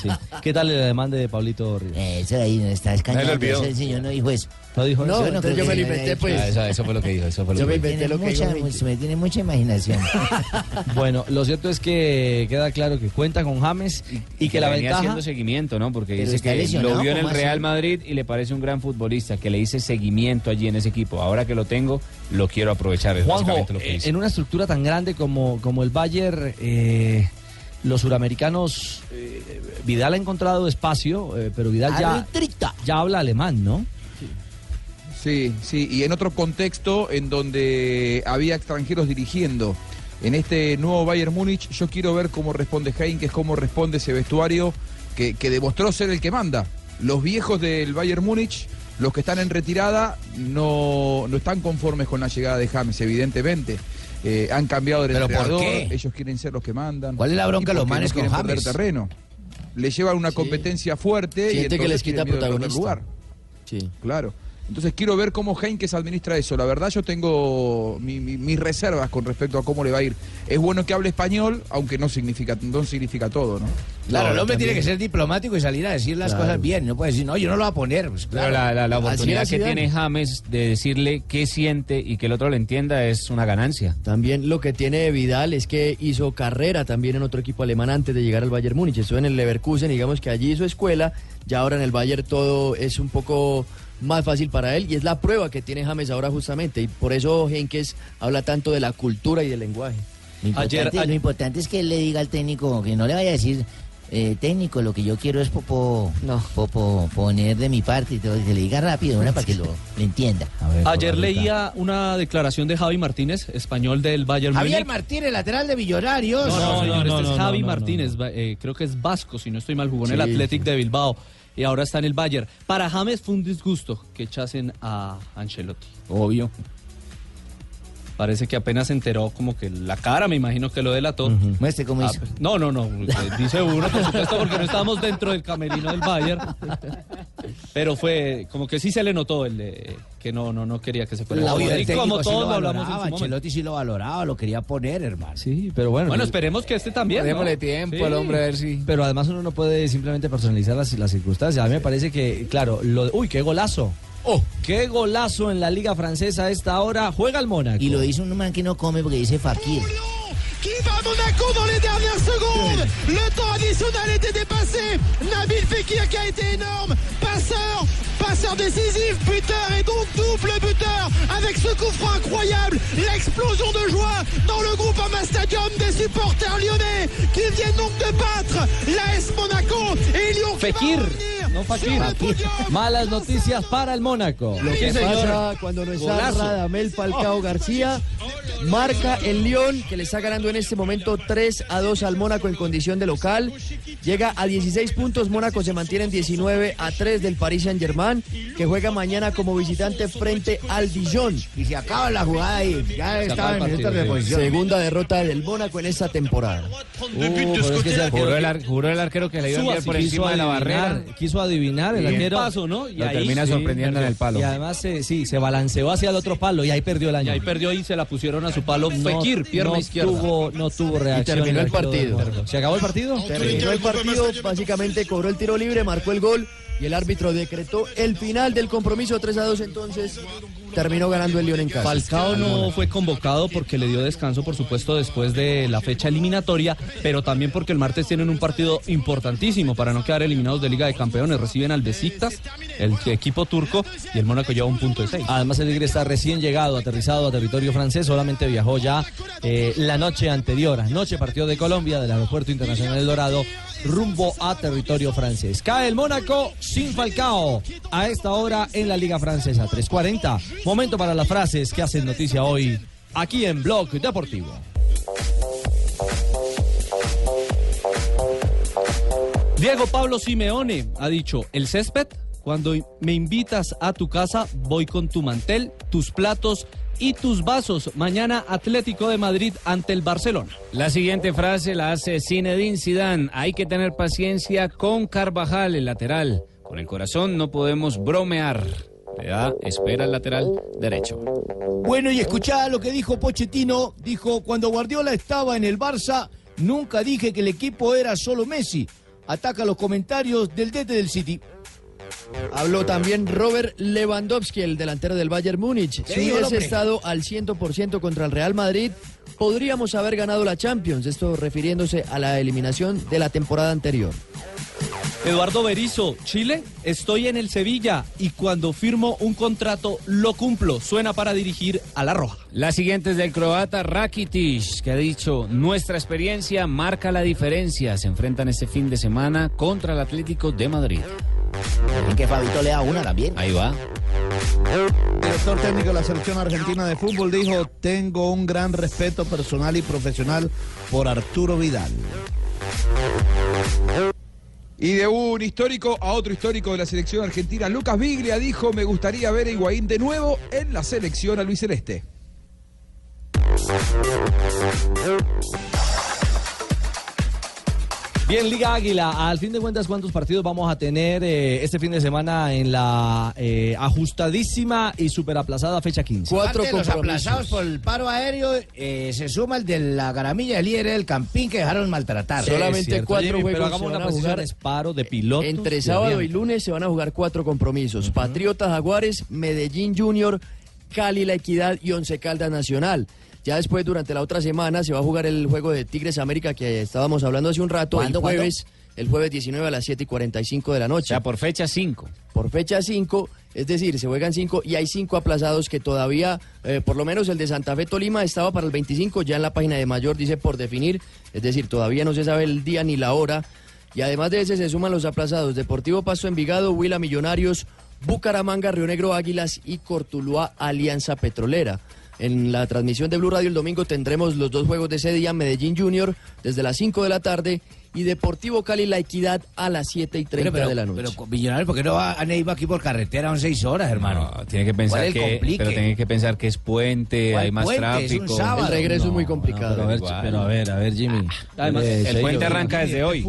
S4: Sí. ¿Qué tal el alemán de Pablito Ríos?
S14: Eso ahí no está
S4: Nadie
S14: escaneado.
S4: lo olvidó.
S5: pues,
S14: Ese señor no dijo eso.
S4: No dijo
S14: Yo
S4: eso.
S14: no creo que haya dicho eso.
S4: fue lo que dijo. Eso fue
S14: pues. Yo me inventé lo que dijo Richie.
S5: pues,
S14: Me tiene mucha imaginación.
S4: Bueno, lo cierto es que queda claro que cuenta con James y que la
S1: venía
S4: ventaja.
S1: haciendo seguimiento, ¿no? Porque
S4: Pero
S1: dice
S4: está
S1: que
S4: lesionado,
S1: lo vio en el
S4: ¿cómo
S1: Real
S4: así?
S1: Madrid y le parece un gran futbolista, que le hice seguimiento allí en ese equipo. Ahora que lo tengo, lo quiero aprovechar. es
S4: Juanjo,
S1: básicamente lo que
S4: eh,
S1: dice.
S4: en una estructura tan grande como, como el Bayern, eh, los suramericanos, eh, Vidal ha encontrado espacio, eh, pero Vidal ya, ya habla alemán, ¿no?
S19: Sí, sí, y en otro contexto en donde había extranjeros dirigiendo. En este nuevo Bayern Múnich, yo quiero ver cómo responde Heinz, cómo responde ese vestuario que, que demostró ser el que manda. Los viejos del Bayern Múnich, los que están en retirada, no, no están conformes con la llegada de James, evidentemente. Eh, han cambiado el
S5: ¿Pero por
S19: entrenador,
S5: qué?
S19: ellos quieren ser los que mandan.
S5: ¿Cuál es la bronca
S19: Y
S5: de los
S19: porque
S5: manes
S19: no
S5: con
S19: quieren perder
S5: James?
S19: terreno. Le llevan una competencia fuerte y
S13: Siente que
S19: entonces
S13: les quita
S19: tienen miedo de perder
S13: protagonista.
S19: lugar. Claro. Entonces quiero ver cómo Heinkes administra eso. La verdad yo tengo mi- mi- mis reservas con respecto a cómo le va a ir. Es bueno que hable español, aunque no significa, no significa todo, ¿no?
S5: Claro, el hombre tiene que ser diplomático y salir a decir las
S19: Claro.
S5: cosas bien. No puede decir, no, yo no lo voy a poner. Pues,
S1: Pero
S5: claro.
S1: la, la- la
S5: Así
S1: oportunidad
S5: era
S1: que
S5: Zidane.
S1: tiene James de decirle qué siente y que el otro lo entienda es una ganancia.
S13: También lo que tiene Vidal es que hizo carrera también en otro equipo alemán antes de llegar al Bayern Múnich. Estuvo en el Leverkusen, digamos que allí hizo escuela. Ya ahora en el Bayern todo es un poco más fácil para él y es la prueba que tiene James ahora justamente. Y por eso Henkes habla tanto de la cultura y del lenguaje.
S14: Lo importante, lo importante es que él le diga al técnico, que no le vaya a decir, eh, técnico, lo que yo quiero es popo, popo- poner de mi parte y todo, que le diga rápido, una para que lo, lo entienda.
S3: Ayer leía una declaración de Javi Martínez, español del Bayern
S5: Javier
S3: Múnich.
S5: Martínez, lateral de Millonarios.
S3: No, no, señor, este es Javi Martínez, va- eh, creo que es vasco, si no estoy mal, jugó en el
S5: Sí,
S3: Athletic de Bilbao y ahora está en el Bayern. Para James fue un disgusto que echasen a Ancelotti. Obvio. Parece que apenas se enteró como que la cara, me imagino que lo delató.
S14: Muestre cómo
S3: Ah, No, no, no, dice uno, por supuesto, porque no estábamos dentro del camerino del Bayern. Pero fue como que sí se le notó el eh, que no, no, no quería que se fuera.
S5: Obvio, el
S3: Y
S5: técnico
S3: como
S5: sí
S3: todos
S5: lo
S3: lo hablamos en su
S5: valoraba,
S3: momento.
S5: Ancelotti sí lo valoraba, lo quería poner, hermano.
S4: Sí, pero bueno.
S3: Bueno, esperemos que este también. ¿no? Sí.
S4: Pero además uno no puede simplemente personalizar las, las circunstancias. A mí me parece que, claro, lo, uy, qué golazo. ¡Oh! ¡Qué golazo en la Liga Francesa a esta hora! Juega el Mónaco. Y lo
S14: dice un man que no come porque dice Fakir.
S15: qui va à Monaco dans les dernières secondes. Le temps additionnel était dépassé. Nabil Fekir qui a été énorme. Passeur, passeur décisif, buteur et donc double buteur avec ce coup franc incroyable. L'explosion de joie dans le groupe Ama Stadium des supporters lyonnais qui viennent donc de battre l'AS Monaco et Lyon qui va
S4: Fekir,
S15: revenir
S4: no Fakir.
S15: sur le podium.
S4: Malas noticias para el Mónaco.
S13: Lo que
S4: Sí, señor.
S13: pasa cuando no está
S4: Golazo.
S13: Radamel Falcao García. Marca el León, que le está ganando en este momento 3 a 2 al Mónaco en condición de local. Llega a 16 puntos. Mónaco se mantiene en 19 a 3 del Paris Saint-Germain, que juega mañana como visitante frente al Dijon.
S5: Y se acaba la jugada ahí. Ya
S13: Se acaba
S5: estaba en
S13: el
S5: minutos
S13: partido,
S5: de
S13: sí.
S5: reposición.
S13: Segunda derrota del Mónaco en esta temporada.
S1: Uh, juró, el ar- juró el arquero que le iba a enviar por encima de la barrera.
S4: Quiso adivinar el
S1: Y el
S4: arquero.
S1: paso, ¿no? Y Lo ahí termina sí, sorprendiendo en perdió. el palo.
S4: Y además, eh, sí, se balanceó hacia el otro palo y ahí perdió el año.
S3: Y ahí perdió y se la pusieron a su palo. Fekir, pierna
S4: no
S3: izquierda.
S4: Tuvo, no tuvo reacción.
S13: terminó el
S4: arquero del
S13: partido.
S4: Mónaco. ¿Se acabó el partido?
S13: Terminó el partido, básicamente cobró el tiro libre, marcó el gol y el árbitro decretó el final del compromiso 3 a 2. Entonces terminó ganando el León en casa.
S3: Falcao no fue convocado porque le dio descanso, por supuesto, después de la fecha eliminatoria, pero también porque el martes tienen un partido importantísimo para no quedar eliminados de Liga de Campeones. Reciben al Besiktas, el equipo turco, y el Mónaco lleva un punto de seis.
S4: Además, el Tigre está recién llegado, aterrizado a territorio francés. Solamente viajó ya eh, la noche anterior. Anoche partió de Colombia, del Aeropuerto Internacional El Dorado, rumbo a territorio francés. Cae el Mónaco sin Falcao a esta hora en la Liga Francesa. 3.40. Momento para las frases que hacen noticia hoy aquí en Blog Deportivo.
S3: Diego Pablo Simeone ha dicho, el césped, cuando me invitas a tu casa, voy con tu mantel, tus platos y tus vasos. Mañana Atlético de Madrid ante el Barcelona.
S1: La siguiente frase la hace Zinedine Zidane. Hay que tener paciencia con Carvajal, el lateral. Con el corazón no podemos bromear. Le da, espera el lateral derecho.
S24: Bueno, y escuchá lo que dijo Pochettino. Dijo, cuando Guardiola estaba en el Barça, nunca dije que el equipo era solo Messi. Ataca los comentarios del DT del City.
S13: Habló también Robert Lewandowski, el delantero del Bayern Múnich.
S24: ¿Qué
S13: Si
S24: dijo el
S13: hubiese
S24: hombre?
S13: estado al 100% contra el Real Madrid, podríamos haber ganado la Champions. Esto refiriéndose a la eliminación de la temporada anterior.
S3: Eduardo Berizo, Chile, estoy en el Sevilla y cuando firmo un contrato lo cumplo. Suena para dirigir a La Roja.
S1: La siguiente es del croata Rakitic, que ha dicho, nuestra experiencia marca la diferencia. Se enfrentan este fin de semana contra el Atlético de Madrid.
S14: que Fabito le da una también.
S1: Ahí va.
S9: El director técnico de la selección argentina de fútbol dijo, tengo un gran respeto personal y profesional por Arturo Vidal.
S19: Y de un histórico a otro histórico de la selección argentina, Lucas Viglia dijo, me gustaría ver a Higuaín de nuevo en la selección a Luis Celeste.
S4: Bien, Liga Águila, al fin de cuentas, ¿cuántos partidos vamos a tener eh, este fin de semana en la eh, ajustadísima y superaplazada fecha 15?
S5: Aparte de los aplazados por el paro aéreo, eh, se suma el de la garamilla, el líder del campín que dejaron maltratar.
S13: Solamente cuatro juegos
S5: pero
S13: se
S5: hagamos
S13: van
S5: una
S13: a
S5: posición
S13: jugar
S5: de
S4: de pilotos
S13: Entre
S5: y
S13: sábado y
S5: aviones.
S13: lunes se van a jugar cuatro compromisos. Patriotas Jaguares, Medellín Junior, Cali La Equidad y Once Caldas Nacional. Ya después, durante la otra semana, se va a jugar el juego de Tigres América que estábamos hablando hace un rato, el
S1: ¿Cuándo, cuándo?
S13: jueves, el jueves 19 a las 7 y 45 de la noche.
S1: Ya por fecha 5.
S13: Por fecha 5, es decir, se juegan 5 y hay 5 aplazados que todavía, eh, por lo menos el de Santa Fe Tolima estaba para el 25, ya en la página de mayor dice por definir, es decir, todavía no se sabe el día ni la hora. Y además de ese se suman los aplazados Deportivo Paso Envigado, Huila Millonarios, Bucaramanga, Río Negro Águilas y Cortuluá Alianza Petrolera. En la transmisión de Blue Radio el domingo tendremos los dos juegos de ese día, Medellín Junior desde las 5 de la tarde y Deportivo Cali La Equidad a las 7 y 30 de la noche.
S5: Pero, Millonarios, ¿por qué no va a Neiva aquí por carretera? Son seis horas, hermano.
S1: Tiene que
S5: ¿Cuál
S1: pensar
S5: es el
S1: que,
S5: complique?
S1: pero tiene que pensar que es puente, hay más
S5: puente? Es un
S1: tráfico.
S5: sábado. El regreso es muy
S1: complicado.
S4: pero, a ver, pero a ver, a ver, Jimmy.
S1: Ah, Además,
S9: Eh,
S1: el puente arranca desde hoy.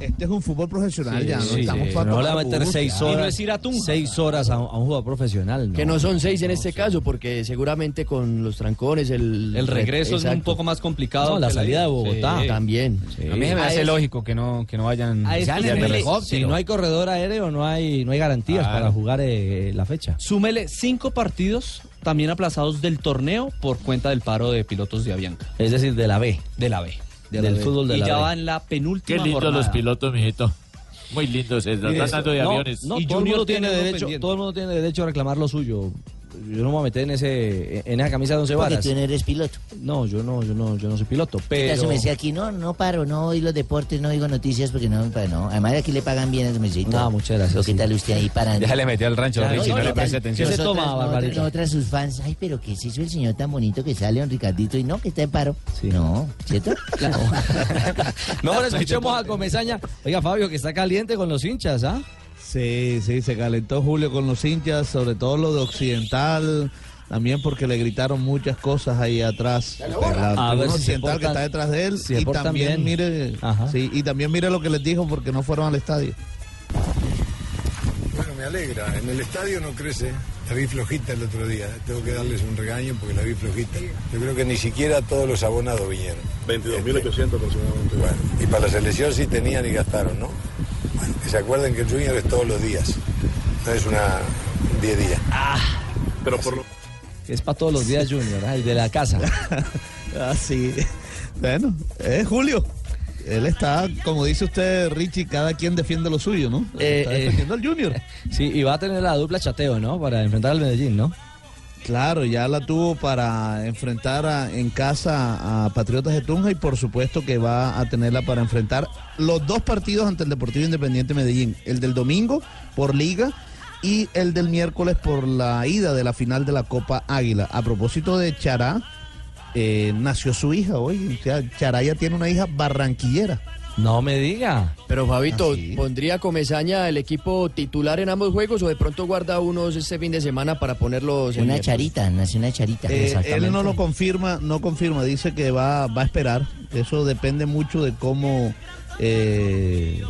S9: Este es un fútbol profesional
S4: Sí,
S9: ya, no
S4: sí,
S9: estamos
S4: sí.
S9: para
S4: No le va
S9: tocar
S4: a meter
S9: bus,
S4: seis
S9: ya.
S4: horas, seis horas a, un- a un jugador profesional.
S13: Que no son seis en este caso, porque seguramente con los trancones, el,
S4: El regreso es un
S13: Exacto.
S4: poco más complicado.
S13: No,
S4: la
S13: que la
S4: salida
S13: ida.
S4: de Bogotá.
S13: Sí. También.
S1: A mí se me
S4: A
S1: hace
S4: eso-
S1: lógico que no, que no vayan
S4: A esto
S1: ya en
S4: súmele-
S1: helicóptero.
S4: si no hay corredor aéreo, no hay, no hay garantías
S3: Claro.
S4: para jugar eh, la fecha.
S3: Súmele cinco partidos también aplazados del torneo por cuenta del paro de pilotos de Avianca.
S4: Es decir, de la B.
S3: De la B.
S4: De la
S3: del
S4: B.
S3: fútbol de
S4: Y
S3: la
S4: ya
S3: B.
S4: va en
S3: la
S7: Qué
S3: penúltima
S7: lindos los pilotos, mijito. Muy lindos, se
S4: Mire,
S7: tratando de
S4: no,
S7: aviones.
S4: No, todo, el mundo tiene derecho, todo el mundo tiene derecho a reclamar lo suyo. Yo no me voy a meter en, ese, en esa camisa de once
S14: Porque
S4: varas.
S14: tú no eres piloto.
S4: No, yo no, yo no, yo no soy piloto. Pero...
S14: Entonces este me decía aquí, no, no paro, no oigo los deportes, no oigo noticias porque no, para, no. Además aquí le pagan bien a su mesito. No,
S4: muchas gracias.
S14: ¿Qué tal usted ahí para?
S1: Déjale meter al rancho,
S14: Claro,
S1: Richie,
S14: no,
S1: no,
S14: ¿qué
S1: le
S14: tal?
S1: preste atención.
S14: Nosotras, nosotras, Nosotras sus fans, ay, pero ¿qué es eso el señor tan bonito que sale, don Ricardito? Y no, que está en paro. No, ¿cierto? Claro.
S4: Mejor escuchemos a Comezaña. Oiga, Fabio, que está caliente con los hinchas, ¿ah?
S9: Sí, sí, se calentó Julio con los hinchas, sobre todo lo de Occidental, también porque le gritaron muchas cosas ahí atrás. Este, La
S4: A ver
S9: tribuna
S4: si se
S9: Occidental que
S4: portan-
S9: está detrás de él.
S4: si se
S9: y
S4: portan
S9: también,
S4: bien.
S9: mire,
S4: Ajá.
S9: sí, y también mire lo que les dijo porque no fueron al estadio.
S8: Bueno, me alegra. En el estadio no crece. La vi flojita el otro día. Tengo que darles un regaño porque la vi flojita. Yo creo que ni siquiera todos los abonados vinieron. 22.800 aproximadamente. Bueno, y para la selección sí tenían y gastaron, ¿no? Bueno, que se acuerden que el Junior es todos los días. No es una 10 días. Pero por lo...
S4: Que es para todos los días Junior, ay, de la casa.
S14: Ah,
S9: Así. Bueno, es Julio. Él está, como dice usted, Richie, cada quien defiende lo suyo, ¿no? está defendiendo al Junior.
S4: Eh, Sí, y va a tener la dupla chateo, ¿no? Para enfrentar al Medellín, ¿no?
S9: Claro, ya la tuvo para enfrentar a- en casa a Patriotas de Tunja y por supuesto que va a tenerla para enfrentar los dos partidos ante el Deportivo Independiente Medellín, el del domingo por liga y el del miércoles por la ida de la final de la Copa Águila. A propósito de Chará, eh, nació su hija hoy, o sea, Chará ya tiene una hija barranquillera.
S4: No me diga. Ah,
S13: Pero Fabito, ¿pondría Comezaña el equipo titular en ambos juegos o de pronto guarda unos este fin de semana para ponerlos en
S14: Una
S13: miércoles?
S14: charita, nació una charita.
S9: Eh,
S14: Exactamente.
S9: él no lo confirma, no confirma, dice que va, va a esperar. Eso depende mucho de cómo eh,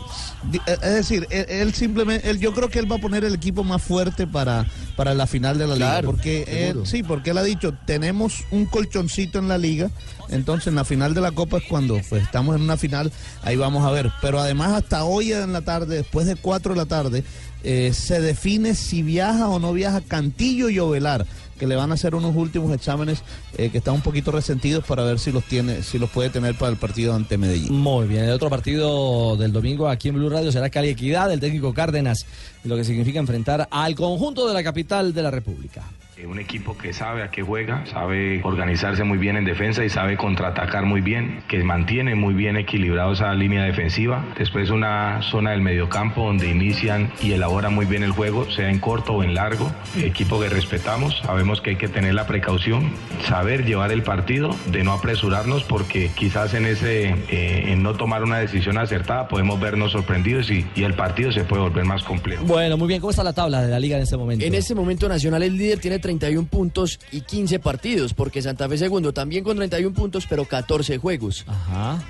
S9: di- eh, es decir, él, él simplemente, él, yo creo que él va a poner el equipo más fuerte para, para la final de la liga.
S10: Claro,
S9: Porque él,
S10: seguro.
S9: sí, porque él ha dicho, tenemos un colchoncito en la liga, entonces en la final de la Copa es cuando pues, estamos en una final, ahí vamos a ver. Pero además hasta hoy en la tarde, después de 4 de la tarde, eh, se define si viaja o no viaja Cantillo y Ovelar que le van a hacer unos últimos exámenes eh, que están un poquito resentidos para ver si los tiene, si los puede tener para el partido ante Medellín.
S4: Muy bien, el otro partido del domingo aquí en Blue Radio será Cali Equidad, el técnico Cárdenas, lo que significa enfrentar al conjunto de la capital de la República.
S11: Eh, Un equipo que sabe a qué juega, sabe organizarse muy bien en defensa y sabe contraatacar muy bien, que mantiene muy bien equilibrado esa línea defensiva. Después una zona del mediocampo donde inician y elaboran muy bien el juego, sea en corto o en largo. Equipo que respetamos, sabemos que hay que tener la precaución, saber llevar el partido, de no apresurarnos porque quizás en ese eh, en no tomar una decisión acertada podemos vernos sorprendidos y- y el partido se puede volver más complejo.
S4: Bueno, muy bien, ¿cómo está la tabla de la liga en este momento?
S13: En este momento Nacional el líder tiene 31 puntos y 15 partidos, porque Santa Fe segundo también con 31 puntos, pero 14 juegos.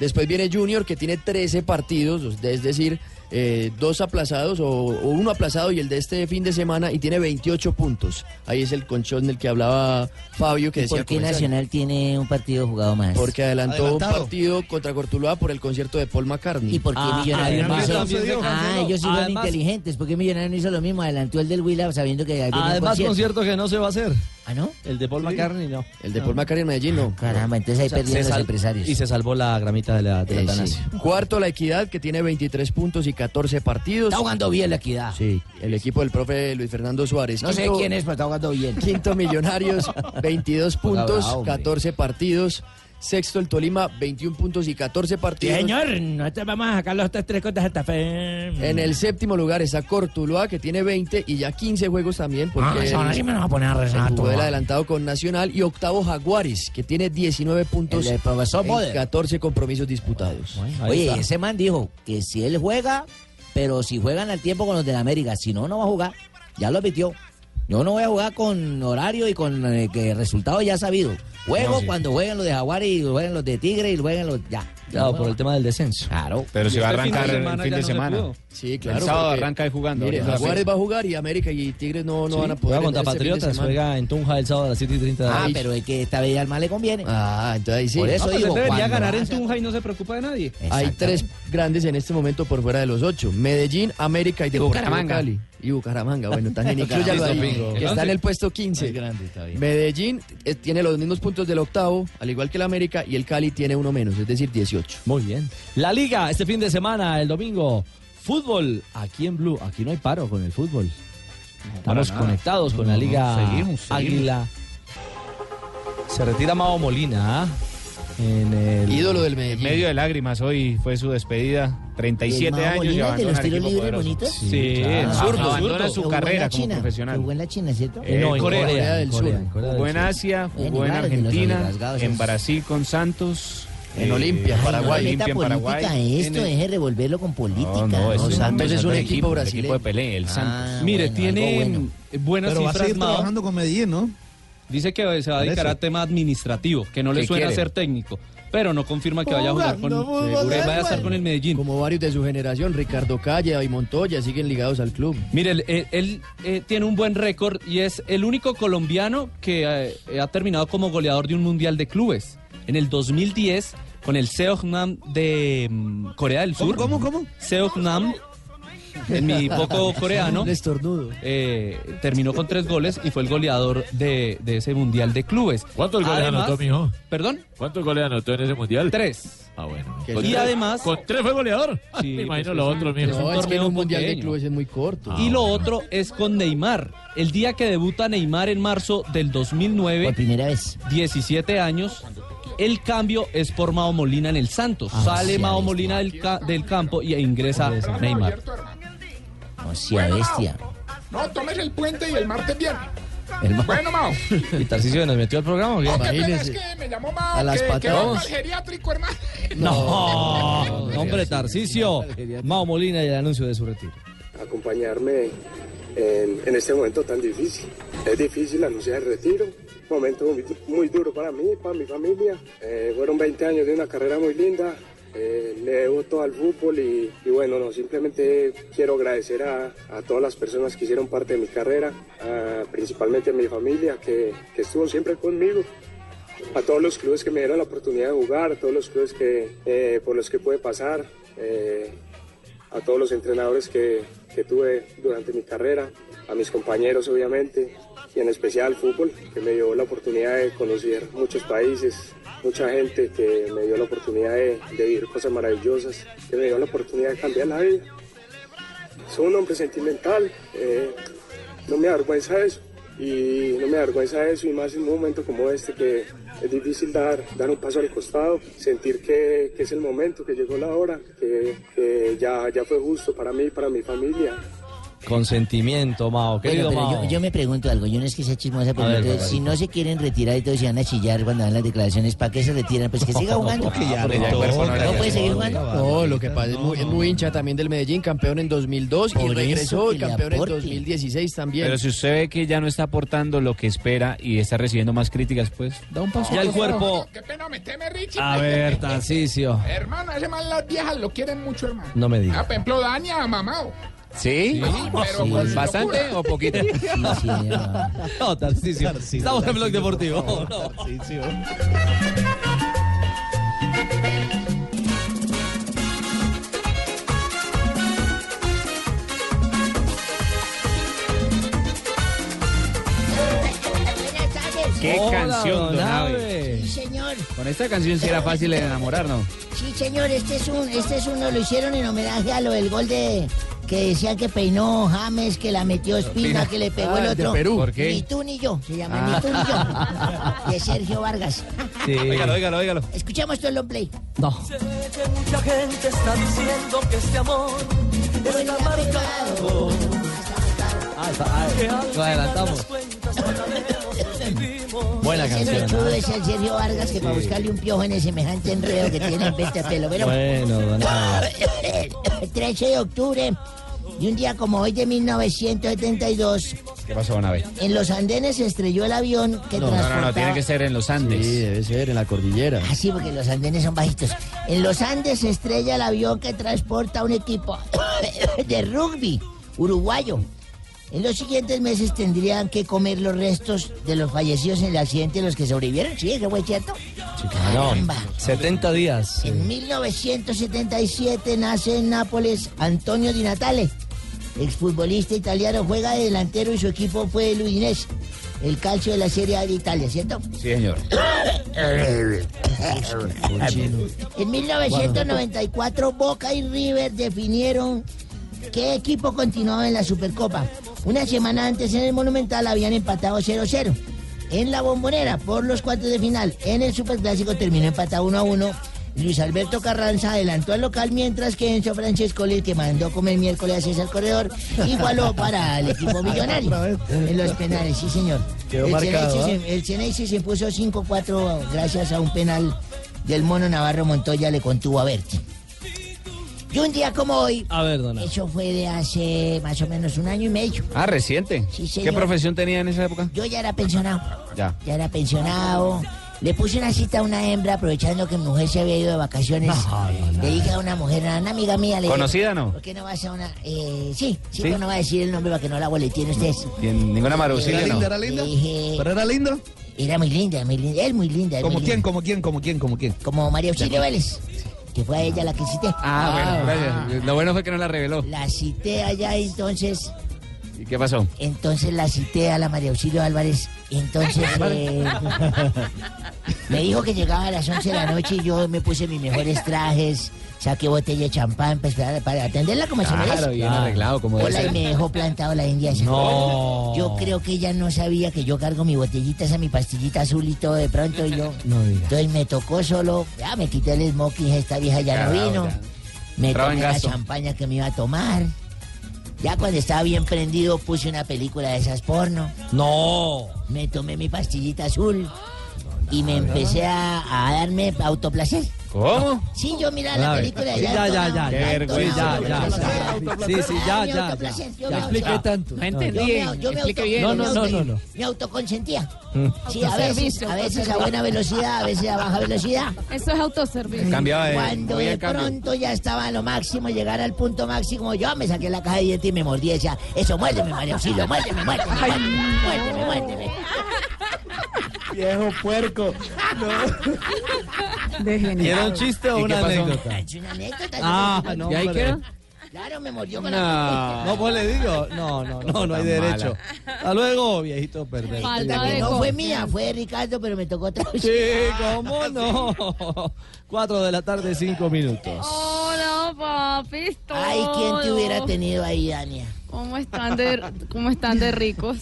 S13: Después viene Junior que tiene 13 partidos, o sea, es decir, eh, dos aplazados o, o uno aplazado y el de este fin de semana y tiene 28 puntos. Ahí es el colchón del que hablaba Fabio que
S14: ¿Y
S13: decía
S14: por qué
S13: Comensal.
S14: Nacional tiene un partido jugado más?
S13: Porque adelantó
S14: Adelantado.
S13: un partido contra Cortuluá por el concierto de Paul McCartney. ¿Y por
S14: qué Millonarios no hizo- Ah, ellos sí fueron inteligentes. ¿Por qué Millonarios no hizo lo mismo? Adelantó el del Huila sabiendo que había
S4: Además, concierto que no se va a hacer.
S14: ¿Ah, no?
S4: El de Paul McCartney, no.
S13: El de Paul McCartney en Medellín, no.
S14: Caramba, entonces ahí
S13: O sea,
S14: perdieron
S13: se
S14: los
S13: sal-
S14: empresarios.
S4: Y se salvó la gramita de la, de la
S13: Eh,
S4: Atanasio.
S13: sí. Cuarto, la Equidad, que tiene 23 puntos y 14 partidos.
S14: Está jugando bien la Equidad.
S13: Sí, el equipo del profe Luis Fernando Suárez.
S14: No sé quién es, pero está jugando bien.
S13: Quinto, Millonarios, 22 puntos,
S14: bravo, hombre.
S13: 14 partidos. Sexto, el Tolima, 21 puntos y 14
S5: pues.
S13: partidos.
S14: nosotros vamos a sacar los tres contas hasta fe.
S13: En el séptimo lugar está Cortuloa, que tiene 20 y ya 15 juegos también. Porque
S14: Ah, eso ahora sí me lo va a poner a
S13: se
S14: rezar,
S13: jugó
S14: todo.
S13: el adelantado con Nacional. Y octavo, Jaguares, que tiene 19 puntos
S14: El del profesor
S13: en
S14: Boder.
S13: 14 compromisos disputados.
S14: Oye, ese man dijo que si él juega, pero si juegan al tiempo con los del América, si no, no va a jugar. Ya lo admitió. Yo no voy a jugar con horario y con eh, que resultado ya sabido. Juego
S4: No, sí.
S14: cuando jueguen los de Jaguares y jueguen los de Tigre y jueguen los ya.
S4: Claro, por el tema del descenso.
S14: Claro.
S1: Pero
S4: si
S1: se va a
S5: este
S1: arrancar el fin de semana.
S13: Sí, claro.
S1: El sábado
S13: porque,
S1: arranca él jugando.
S13: Mire,
S1: ahorita.
S13: Jaguares va a jugar y América y Tigres no, no van a poder.
S4: Juega contra
S13: este fin de
S4: Patriotas,
S13: semana.
S4: juega en Tunja el sábado a las 7 y 30 de la
S14: Ah,
S4: noche.
S14: pero es que esta vez al mal le conviene.
S13: Ah, entonces ahí sí.
S14: Por
S13: Ah,
S14: eso
S13: pues
S14: digo,
S13: él debería
S14: cuando
S13: ganar
S14: va-
S13: en
S6: Tunja y no se preocupa de nadie.
S13: Hay tres grandes en este momento por fuera de los ocho. Medellín, América y Deportivo
S6: Bucaramanga.
S13: Cali. Y Bucaramanga, bueno, también incluyalo
S6: Bucaramanga,
S13: ahí,
S6: bingo.
S13: que está en el puesto 15. Medellín eh, tiene los mismos puntos del octavo, al igual que el América, y el Cali tiene uno menos, es decir, 18.
S4: Muy bien. La Liga, este fin de semana, el domingo. Fútbol, aquí en Blue. Aquí no hay paro con el fútbol. Estamos
S3: nada.
S4: conectados con
S3: No,
S4: la
S3: no,
S4: Liga
S3: seguimos, seguimos.
S4: Águila. Se retira Mao Molina. ¿ah? En el...
S13: Ídolo del Medellín.
S1: En medio de lágrimas hoy fue su despedida. 37
S14: El Mao
S1: años
S14: Molina,
S1: llevando
S14: de los tiros libres bonitos.
S1: Sí, el
S14: Ah,
S1: zurdo, abandona su carrera como
S14: Que
S1: profesional.
S14: jugó en la China, ¿cierto?
S1: Eh, en Corea,
S14: del Sur.
S1: Jugó en Asia, jugó en
S14: Bueno, igual, de los
S1: Argentina,
S14: rasgados,
S1: en
S14: esos.
S1: Brasil con Santos.
S13: En
S1: eh,
S13: Olimpia,
S1: en
S14: Paraguay.
S1: Olimpia, en Paraguay.
S14: política esto,
S1: En el-
S14: deje de revolverlo con política.
S1: No, no, es
S14: O
S1: un-
S14: sea,
S1: entonces es un
S14: otro
S1: equipo
S14: otro
S1: brasileño.
S14: equipo de
S1: pelea, el Santos.
S3: Mire, tiene
S14: algo bueno.
S3: mm, buenas
S9: Pero va a
S3: cifras
S9: seguir
S3: Mao.
S9: trabajando con Medellín, ¿no?
S3: Dice que se va a
S9: Por
S3: dedicar
S9: eso.
S3: a tema administrativo, que no le
S9: ¿Qué
S3: suena
S9: quiere?
S3: ser técnico, pero no confirma que vaya a jugar con,
S13: Jugando fútbol
S3: que vaya a estar
S13: del
S3: con el Medellín.
S13: Como varios de su generación, Ricardo Calle y Montoya siguen ligados al club.
S3: Mire, él, él- él, eh, tiene un buen récord y es el único colombiano que eh, ha terminado como goleador de un mundial de clubes. En el 2010, con el Seognam de mm, Corea del Sur. ¿Cómo,
S9: cómo?
S3: Seognam, en mi poco coreano.
S13: Un estornudo.
S3: eh, terminó con tres goles y fue el goleador de, de ese mundial de clubes.
S7: ¿Cuántos goles anotó, mijo?
S3: ¿Perdón?
S7: ¿Cuántos goles anotó en ese mundial?
S3: Tres.
S7: Ah, bueno.
S3: Que
S7: Con
S3: sí. Y
S7: tres-
S3: además-
S7: Con tres fue goleador.
S3: Sí,
S7: Me imagino
S3: pues, Ah,
S7: lo
S3: es un-
S7: otro, mijo.
S3: es un
S13: No, es que en
S3: torneo
S13: un mundial de
S3: pequeño.
S13: clubes es muy corto.
S3: Y lo otro es con Neymar. El día que debuta Neymar en marzo del 2009,
S14: primera vez,
S3: 17 años, el cambio es por Mao Molina en el Santos.
S14: Ah,
S3: Sale
S14: sí,
S3: Mao
S14: ahí está.
S3: Molina del, ca- del campo y ingresa Neymar.
S14: O sea, bestia.
S2: No, tomes el puente y el martes viernes.
S4: El Mao.
S2: Bueno, Mao.
S4: ¿Y Tarcisio que nos metió al programa? ¿o qué?
S2: No, qué pena, es que me llamó Mao.
S4: A las
S2: que, que
S4: patadas.
S2: vamos al geriátrico, hermano.
S4: No, no, hombre, Tarcisio. Mao Molina y el anuncio de su retiro.
S22: acompañarme en, en este momento tan difícil. Es difícil anunciar el retiro, un momento muy, du- muy duro para mí, para mi familia. Eh, fueron 20 años de una carrera muy linda, eh, le debo todo al fútbol y, y bueno, no, simplemente quiero agradecer a, a todas las personas que hicieron parte de mi carrera, a- principalmente a mi familia que, que estuvo siempre conmigo, a todos los clubes que me dieron la oportunidad de jugar, a todos los clubes que, eh, por los que pude pasar, eh, a todos los entrenadores que, que tuve durante mi carrera, a mis compañeros obviamente, y en especial al fútbol, que me dio la oportunidad de conocer muchos países, mucha gente que me dio la oportunidad de, de vivir cosas maravillosas, que me dio la oportunidad de cambiar la vida. Soy un hombre sentimental, eh, no me avergüenza eso, y no me avergüenza eso, y más en un momento como este que es difícil dar, dar un paso al costado, sentir que, que es el momento, que llegó la hora, que, que ya, ya fue justo para mí, para mi familia,
S4: Consentimiento, Mao.
S14: Bueno,
S4: Querido
S14: pero
S4: Mao.
S14: yo, yo me pregunto algo, yo no es que sea chismosa, pero
S4: A ver,
S14: entonces,
S4: papá.
S14: si no se quieren retirar y todos se van a chillar cuando hagan las declaraciones, ¿para qué se retiran? Pues que siga jugando.
S13: porque ya no,
S14: no,
S13: no,
S14: no puede seguir jugando.
S13: No, lo que pasa es muy, es muy hincha también del Medellín, campeón en 2002 y
S14: Por eso
S13: regresó
S14: que le
S13: campeón en
S14: aporte.
S13: 2016 también.
S1: Pero si usted ve que ya no está aportando lo que espera y está recibiendo más críticas, pues da un paso.
S2: Ya
S1: al
S2: el
S1: costado.
S2: Qué pena meterme, Richie.
S1: A ver, Tarcicio.
S2: Hermano, ese man las viejas lo quieren mucho, hermano.
S1: No me diga.
S2: Ah, por ejemplo, Dania, mamado.
S1: ¿Sí?
S2: pero con locura.
S1: ¿Bastante o poquito?
S4: No, Tarcicio. Estamos en Blog Deportivo.
S1: ¿Qué
S12: Hola,
S1: canción,
S12: don
S1: don Abe?
S12: Sí, señor.
S1: Con esta canción sí era fácil enamorarnos.
S12: Sí, señor, este es un, este es uno, lo hicieron en homenaje a lo del gol de que decían que peinó James, que la metió Espina,
S1: Espina.
S12: que le pegó
S1: Ah,
S12: el
S1: el de
S12: otro.
S1: Perú. ¿Por qué?
S12: Ni tú ni yo, se llama Ni tú ni yo. De Sergio Vargas.
S1: Óigalo, óigalo, óigalo.
S12: Escuchamos todo el long play.
S4: No.
S12: Se ve que mucha gente está diciendo que este amor está marcado.
S4: Lo adelantamos. Buena
S12: Ese
S4: canción.
S12: mechudo es el Sergio Vargas que para buscarle un piojo en el semejante enredo que tiene en venta pelo. Pero
S4: Bueno, don Abe.
S12: 13 de octubre y un día como hoy de 1972,
S1: ¿Qué pasó, don Abe?
S12: en los Andenes se estrelló el avión que
S1: No, no,
S12: transportaba...
S1: no, no, tiene que ser en los Andes. Sí,
S13: debe ser en la cordillera.
S12: Ah, sí, porque los andenes son bajitos. En los Andes se estrella el avión que transporta un equipo de rugby uruguayo. En los siguientes meses tendrían que comer los restos de los fallecidos en el accidente, los que sobrevivieron. Sí, eso fue cierto. Caramba.
S4: 70 días.
S12: En 1977 nace en Nápoles Antonio Di Natale, exfutbolista italiano, juega de delantero y su equipo fue el Udinese, el calcio de la Serie A de Italia, ¿cierto?
S1: Sí, señor.
S12: En 1994 Boca y River definieron qué equipo continuaba en la Supercopa. Una semana antes en el Monumental habían empatado 0-0. En la Bombonera, por los cuartos de final, en el Superclásico terminó empatado 1-1. Luis Alberto Carranza adelantó al local mientras que Enzo Francesco Lee, que mandó comer miércoles a César Corredor, igualó para el equipo millonario en los penales, sí señor.
S13: Quedó
S12: el
S13: marcado,
S12: Ceneice
S13: ¿ah?
S12: se- el Ceneice se puso 5-4 gracias a un penal del mono Navarro Montoya le contuvo a Berti. Y un día como hoy,
S4: A ver, don Abe.
S12: eso fue de hace más o menos un año y medio.
S1: Ah, reciente.
S12: señor.
S1: ¿Qué profesión tenía en esa época?
S12: Yo ya era pensionado,
S1: Ya.
S12: ya era pensionado. Le puse una cita a una hembra aprovechando que mi mujer se había ido de vacaciones. le dije a una mujer, a una amiga mía, le dije,
S1: ¿Conocida no?
S12: ¿Por qué no vas a una...? eh, sí, sí,
S1: ¿Sí?
S12: pero no va a decir el nombre para que no la boletien ustedes.
S1: Y en ninguna marusilla, no.
S12: linda? ¿Pero
S9: era linda?
S12: Era muy linda, muy linda. Es muy linda.
S9: ¿Como quién,
S12: como quién, como quién, como quién? Como María Auxilio Vélez. Que fue a ella la que cité.
S1: Ah, bueno, gracias. Lo bueno fue que no la reveló.
S12: La cité allá y entonces,
S1: ¿Y qué pasó?
S12: entonces la cité a la María Auxilio Álvarez. y Entonces eh, me dijo que llegaba a las 11 de la noche y yo me puse mis mejores trajes, saqué botella de champán pues, para, para atenderla como se
S1: Claro,
S12: merece.
S1: bien arreglado, como debe
S12: Hola, y
S1: ser.
S12: me dejó plantado la india. esa.
S1: No.
S12: Yo creo que ella no sabía que yo cargo mi botellita, esa mi pastillita azul y todo de pronto y yo.
S4: No diga.
S12: Entonces me tocó solo, ya me quité el smoking, esta vieja ya no
S4: Carajo,
S12: vino.
S4: ya.
S12: Me
S4: Entraba
S12: tomé
S4: en
S12: la
S4: gasto.
S12: champaña que me iba a tomar. Ya cuando estaba bien prendido puse una película de esas porno.
S4: No. Ah,
S12: Me tomé mi pastillita azul y me empecé a, a darme autoplacer.
S14: ¿Cómo?
S12: Sí, yo miraba la
S4: Grave.
S12: película
S4: Sí,
S12: de
S4: ya, ya,
S12: Antonio,
S4: ya,
S12: de
S4: ya,
S12: Antonio, de
S4: ya, ya,
S12: Antonio,
S4: ya.
S12: de Antonio.
S4: Sí, sí, ya,
S12: Ay, me
S4: ya,
S12: autoplacía,
S4: ya.
S12: yo
S4: Ya
S12: me
S4: expliqué
S12: auto-
S4: tanto. No
S12: Yo
S4: entendí,
S12: me au- yo me
S4: explique
S12: auto-
S4: bien.
S12: yo
S4: No,
S12: me
S4: no,
S12: auto-
S4: no, no.
S12: Me autoconsentía.
S4: Mm.
S12: Sí,
S16: Autoservicio,
S12: a veces, a
S4: pues.
S12: veces a
S16: autoservicio.
S12: buena velocidad, a veces a baja velocidad.
S16: Eso es autoservicio.
S14: Cambiaba de-
S12: Cuando
S14: movía
S12: de
S14: el cambio.
S12: pronto ya estaba a lo máximo, llegar al punto máximo, yo me saqué la caja de dientes y me mordí y decía, eso, muérdeme, María Auxilio, muérdeme, muérdeme, muérdeme, muérdeme, muérdeme.
S9: Viejo puerco.
S12: Degenerado.
S9: ¿Y era un chiste o ¿Y una qué pasó?
S12: Ah,
S9: anécdota?
S12: Es una anécdota.
S9: Ah,
S12: es una
S9: no,
S12: anécdota.
S9: ¿y ahí queda?
S12: Claro, me mordió con
S4: No,
S12: la
S4: no, pues le digo, no, no, no, no hay
S9: Tan mala.
S4: derecho. Hasta luego, viejito perder.
S12: Que no fue mía, fue de Ricardo, pero me tocó otra vez.
S4: Sí, cómo no. Cuatro de la tarde, cinco minutos.
S16: Hola, papi.
S12: Ay, ¿quién te hubiera tenido ahí, Dania?
S16: ¿Cómo están de, cómo están de ricos?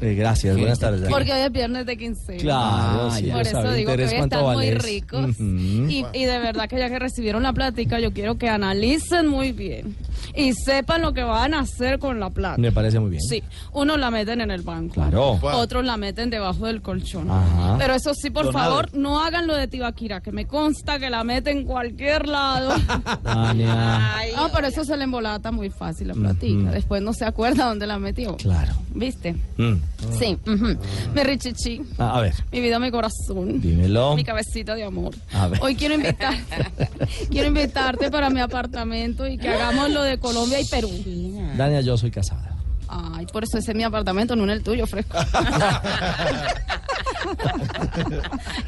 S4: Eh, gracias, buenas tardes.
S16: Porque hoy es viernes de quincena.
S4: Claro, sí,
S16: Por
S4: yo
S16: eso
S4: sabía
S16: digo que
S4: interés
S16: hoy
S4: cuánto
S16: están muy
S4: valés.
S16: ricos.
S4: Ujú.
S16: Y, y de verdad que ya que recibieron la plática, yo quiero que analicen muy bien y sepan lo que van a hacer con la plata.
S4: Me parece muy bien.
S16: Sí, unos la meten en el banco,
S4: Claro.
S16: otros la meten debajo del colchón.
S4: Ajá.
S16: Pero eso sí, por
S4: Donado.
S16: favor, no hagan lo de Tibaquira, que me consta que la meten en cualquier lado.
S4: Tania.
S16: Ah, pero eso se le embolata muy fácil la platica.
S4: Ujú.
S16: Después no se acuerda dónde la metió.
S4: Claro.
S16: ¿Viste?
S4: Mm.
S16: Sí. ujú. Mi richichi,
S4: Ah, a ver,
S16: mi vida, mi corazón.
S4: Dímelo.
S16: Mi cabecita de amor.
S4: a ver.
S16: Hoy quiero invitar, quiero invitarte para mi apartamento y que hagamos lo de Colombia y Perú.
S4: Dania, yo soy casada.
S16: Ay, por eso ese es mi apartamento, no en el tuyo, fresco.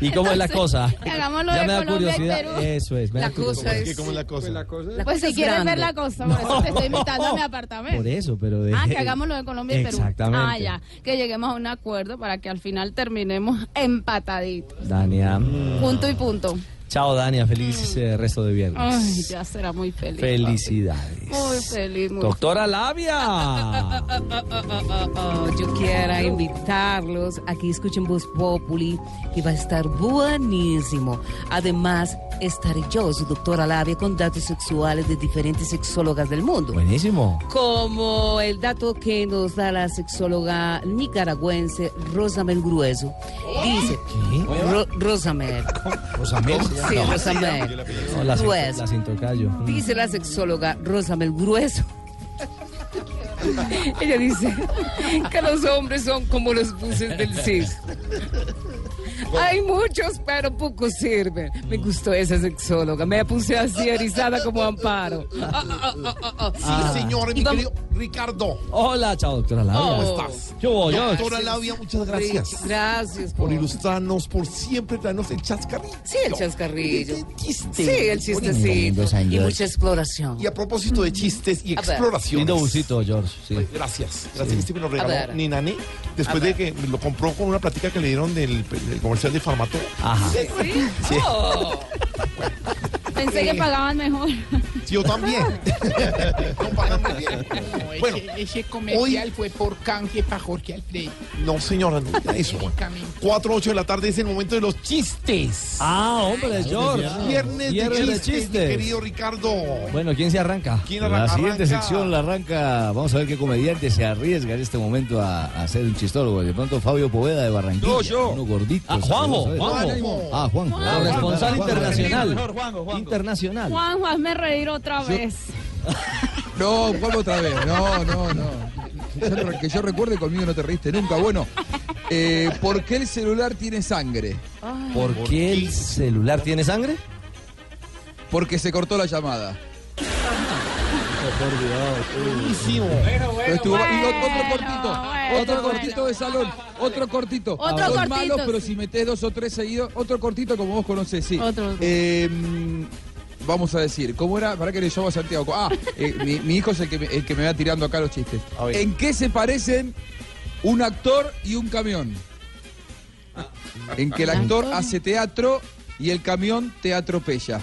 S4: ¿Y cómo es la cosa?
S16: que hagamos lo
S4: ya
S16: de
S4: me da
S16: Colombia y
S4: curiosidad.
S16: Perú.
S4: Eso es. me da
S16: La cosa
S4: curiosidad.
S16: es- ¿Cómo es
S9: la cosa?
S16: Pues si quieres ver la cosa, por eso te estoy invitando a mi
S4: Por
S16: apartamento.
S4: eso, pero de...
S16: Ah, que hagamos lo de Colombia y Perú.
S4: Exactamente.
S16: Ah, ya. Que lleguemos a un acuerdo para que al final terminemos empataditos.
S4: Dania. mm.
S16: Punto y punto.
S4: Chao, Dania. Feliz eh, resto de viernes.
S16: Ay, ya será muy feliz.
S4: Felicidades.
S16: Muy feliz. Muy
S4: Doctora Labia.
S17: Oh, Yo quiero invitarlos a que escuchen Voz Populi, que va a estar buenísimo. Además, estaré yo, su doctora Labia, con datos sexuales de diferentes sexólogas del mundo.
S4: Buenísimo.
S17: Como el dato que nos da la sexóloga nicaragüense Rosamel Grueso. Dice, Ro- Rosamel.
S4: Rosamel.
S17: Sí,
S4: No.
S17: Rosamel.
S4: No, la, sin-
S16: Pues.
S17: Grueso.
S4: la sintocayo.
S17: Dice la sexóloga Rosamel Grueso. Ella dice que los hombres son como los buses del CIS. Hay muchos, pero pocos sirven. Me gustó esa sexóloga. Me puse así erizada como amparo.
S23: Sí,
S17: Ah.
S23: señor, mi
S17: Y vam-
S23: querido Ricardo.
S4: Hola, chao, doctora Labia.
S17: Oh.
S23: ¿Cómo estás?
S4: Yo voy, yo.
S23: Doctora Labia, muchas gracias.
S17: Gracias
S23: por, ilustrarnos, por siempre traernos el chascarrillo.
S17: Sí, el chascarrillo.
S23: chiste.
S17: Sí, el chistecito. Y mucha exploración. Mm.
S23: Y a propósito de chistes y
S17: A ver.
S23: exploraciones. Pues,
S4: Lindo busito, George. Sí.
S23: Gracias. Gracias. Este me lo regaló
S17: A ver.
S23: Ninani después
S17: A
S23: de que lo compró con una plática que le dieron del, del comercial de Farmato.
S4: Ajá.
S23: Sí.
S16: Pensé que pagaban mejor.
S23: Yo también.
S6: Bueno, ese comercial fue por canje para Jorge Alfredo.
S23: No, señora, no diga eso. 4 8 de la tarde es el momento de los chistes.
S4: Ah, hombre, George.
S23: Viernes,
S4: Viernes
S23: de
S4: de
S23: chistes,
S4: chistes.
S23: mi querido Ricardo.
S4: Bueno, ¿quién se arranca?
S23: ¿Quién
S4: arranca?
S7: La siguiente sección la arranca. Vamos a ver qué comediante se arriesga en este momento a, a ser un chistólogo. De pronto Fabio Poveda de Barranquilla.
S4: No, yo.
S7: Uno gordito.
S4: Ah, Juanjo,
S7: sabroso, ¿eh?
S4: Juanjo.
S7: Ah, Juanjo.
S4: Juanjo. Corresponsal
S7: Juanjo.
S4: internacional.
S7: Mejor, Juanjo, Juanjo.
S4: Internacional.
S16: Juan, Juan, me reír otra vez.
S19: No, Juan, otra vez. No, no, no. Que yo, que yo recuerde, conmigo no te reíste nunca. Bueno, eh, ¿por qué el celular tiene sangre?
S4: ¿Por qué el celular tiene sangre?
S19: Porque se cortó la llamada. Buenísimo. Estuvo- y ot- otro cortito, otro cortito de salón, otro cortito.
S16: Otro
S19: Son
S16: cortito,
S19: malos, pero
S16: sí.
S19: si metés dos o tres seguidos, otro cortito como vos conocés, sí.
S16: Otro.
S19: Eh, vamos a decir, ¿cómo era? ¿Para que le llamo a Santiago? Ah, eh, mi, mi hijo es el que, me, el que me va tirando acá los chistes. ¿En qué se parecen un actor y un camión? En que el actor hace teatro y el camión te atropella.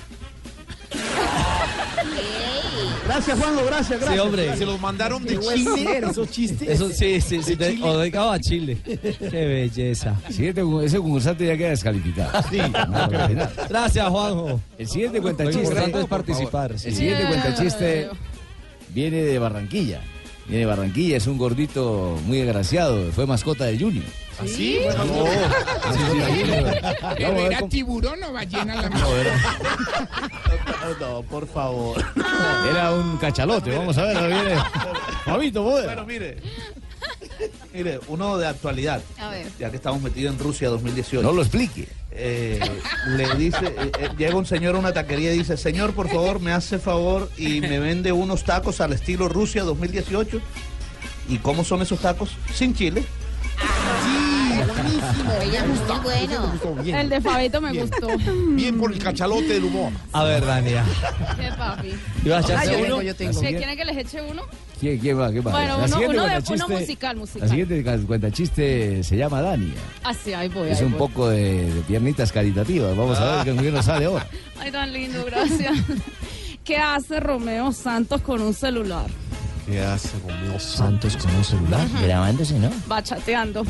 S9: Gracias, Juanjo, gracias, gracias.
S4: Sí, hombre.
S23: Se los mandaron de
S9: Qué
S4: Mm.
S23: Chile.
S9: huesero, esos chistes.
S4: Eso sí, sí, sí.
S7: ¿De
S4: de-
S7: Chile?
S4: o dedicado a Chile. Qué belleza.
S7: El siguiente, este ese concursante ya queda descalificado. Sí.
S4: Gracias, Juanjo.
S7: El siguiente cuenta
S4: Lo
S7: chiste.
S4: importante es participar, sí.
S7: El siguiente cuenta chiste viene de Barranquilla. Viene de Barranquilla, es un gordito muy agraciado, fue mascota de Junior.
S6: ¿Así?
S7: No. Así con gallina.
S6: Pero
S7: Vamos Ah, a ver
S6: era
S7: cómo- Ah,
S6: tiburón o ballena la
S7: No, por favor. Era un cachalote, vamos a ver, ahora viene. Fabito, poder.
S9: Bueno, mire. Mire, uno de actualidad,
S16: A ver.
S9: ya que estamos metidos en Rusia 2018.
S7: No lo explique.
S9: Eh, le dice, eh, eh, llega un señor a una taquería y dice, señor, por favor, me hace favor y me vende unos tacos al estilo Rusia 2018. ¿Y cómo son esos tacos? Sin chile.
S23: Ah,
S16: El de Fabito me
S23: Bien.
S16: gustó.
S23: Bien por el cachalote del humor.
S4: A ver, Dania.
S16: Qué papi.
S4: ¿Y vas a
S16: Ah,
S4: echarse
S16: yo
S4: uno?
S16: tengo, yo tengo.
S7: Así
S16: ¿Se
S7: que-
S16: quieren que les eche uno?
S7: ¿Quién, quién va? ¿Quién va?
S16: Bueno, uno-
S7: siguiente
S16: uno de-
S7: cuentachiste-
S16: uno musical, musical.
S7: La siguiente cuentachiste se llama ¿eh? Dania.
S16: Así, Ah, ahí voy.
S7: Es
S16: ahí
S7: un
S16: voy.
S7: poco de, de piernitas caritativas. Vamos a ver qué gobierno sale ahora.
S16: Ay, tan lindo, gracias. ¿Qué hace Romeo Santos con un celular?
S25: ¿Qué hace Romeo Santos con un celular? Grabándose, ¿no?
S16: Va chateando.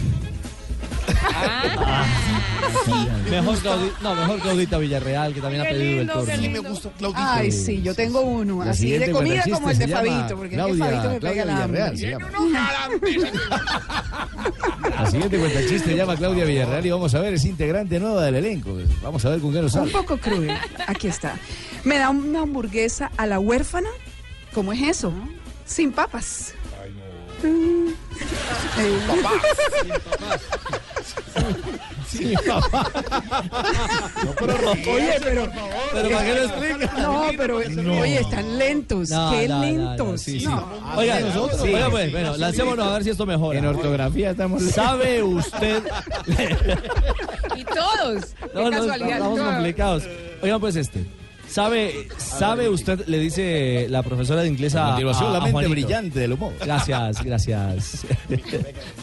S4: Mejor Claudita, no, mejor Claudita Villarreal, que también ha pedido el turno.
S23: Ay, sí, yo tengo uno.
S4: La
S23: Así de
S4: siguiente
S23: comida
S4: cuentachiste
S23: como el de
S4: se llama
S23: Fabito, porque
S7: Claudia-
S23: es que Fabito me
S7: Claudia
S23: pega la
S7: Villarreal
S23: hambre.
S7: se llama. La siguiente cuentachiste
S23: Un
S7: se llama Claudia Villarreal y vamos a ver, es integrante nueva del elenco. Vamos a ver con qué nos sale.
S23: poco cruel. Aquí está. Me da una hamburguesa a la huérfana. ¿Cómo es eso? Sin papas. Mm. Eh,
S15: Sí, papá.
S23: Oye, pero.
S15: Pero ¿para qué lo explica?
S23: No, pero.
S4: No.
S23: Oye, están lentos.
S4: No,
S23: qué
S4: no, no, no,
S23: lentos.
S4: sí, sí.
S23: No.
S4: Oiga, nosotros,
S7: Ah, sí,
S4: oiga, pues,
S7: sí,
S4: bueno,
S7: sí.
S4: lancémonos a ver si esto mejora. En
S7: ortografía estamos.
S4: ¿Sabe usted?
S16: Y todos. Qué
S4: No, no,
S16: casualidad.
S4: estamos
S16: todos.
S4: complicados. Oigan, pues este. ¿Sabe, sabe usted, le dice la profesora de inglés
S7: A
S4: a.
S7: continuación,
S4: a-
S7: la
S4: a
S7: mente
S4: Juanito.
S7: brillante del humor.
S4: Gracias, gracias.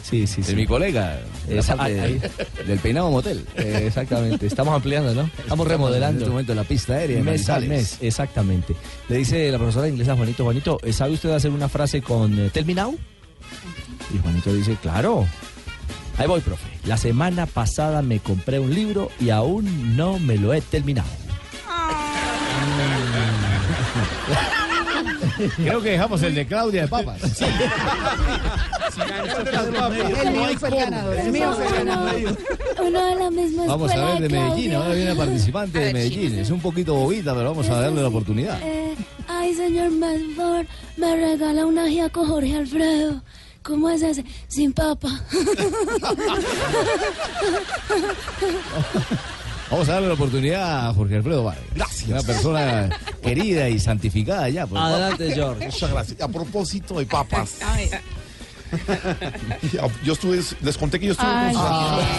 S4: Sí, sí,
S7: De mi colega. la
S4: Esa-
S7: parte
S4: ahí-
S7: Del peinado motel.
S4: Eh, exactamente. Estamos ampliando, ¿no? Estamos
S7: En
S4: remodelando.
S7: este momento la pista aérea. de
S4: mes al
S7: Manizales.
S4: mes, exactamente. Le dice la profesora de inglés a Juanito, Juanito, ¿eh, ¿sabe usted hacer una frase con eh, tell me now? Y Juanito dice, claro. Ahí voy, profe. La semana pasada me compré un libro y aún no me lo he terminado.
S7: Creo que dejamos el de Claudia de Papas.
S23: El mío fue el ganador. El mío fue el ganador.
S26: Uno de la misma
S7: Vamos a
S26: escuela,
S7: ver de Medellín.
S26: Claudia.
S7: Ahora viene la participante de Medellín. Es un poquito bobita, pero vamos a darle la oportunidad.
S26: Eh, ay, señor, por favor, me regala un ajiaco Jorge Alfredo. ¿Cómo es ese? Sin papa.
S7: Vamos a darle la oportunidad a Jorge Alfredo Vargas. Gracias. Una persona querida y santificada ya. por-
S23: Muchas
S7: gracias.
S23: A propósito de papas.
S7: Yo estuve, les conté que yo
S23: Ay,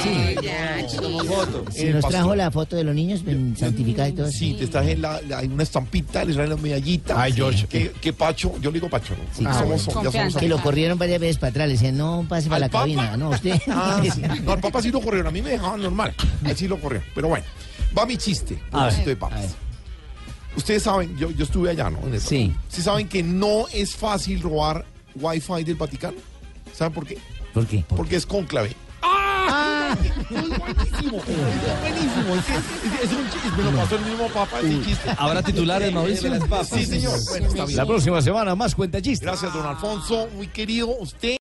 S14: sí.
S23: ya,
S14: Tomó
S23: foto.
S14: Si nos trajo la foto de los niños, ven, santificada y todo eso.
S23: Sí, te traje en, la, la- en una estampita, les traje la medallita. Ay, George. Que, que Pacho, yo le digo Pacho, ¿no?
S14: Sí,
S23: Ah,
S14: claro.
S23: somos- ya somos
S14: que lo corrieron varias veces para atrás, le decían, no, pase para la cabina, no, usted.
S23: Ah, sí. No, al papá sí lo corrieron, a mí me dejaban normal. Así lo corrieron. Pero bueno, va mi chiste.
S7: A
S23: propósito
S7: ver,
S23: de papas. Ustedes saben, yo, yo estuve allá, ¿no? En eso.
S7: Sí.
S23: Ustedes saben que no es fácil robar Wi-Fi del Vaticano. ¿Saben por qué?
S7: ¿Por qué?
S23: Porque es cónclave.
S15: Ah,
S23: buenísimo. Buenísimo. Es, que es- es un chiste. Me lo pasó el mismo papá. Es un chiste.
S4: ¿Habrá titulares, Mauricio?
S23: Sí, señor. Bueno, está bien.
S7: La próxima semana, más cuenta chistes.
S23: Gracias, don Alfonso. Muy querido. Usted.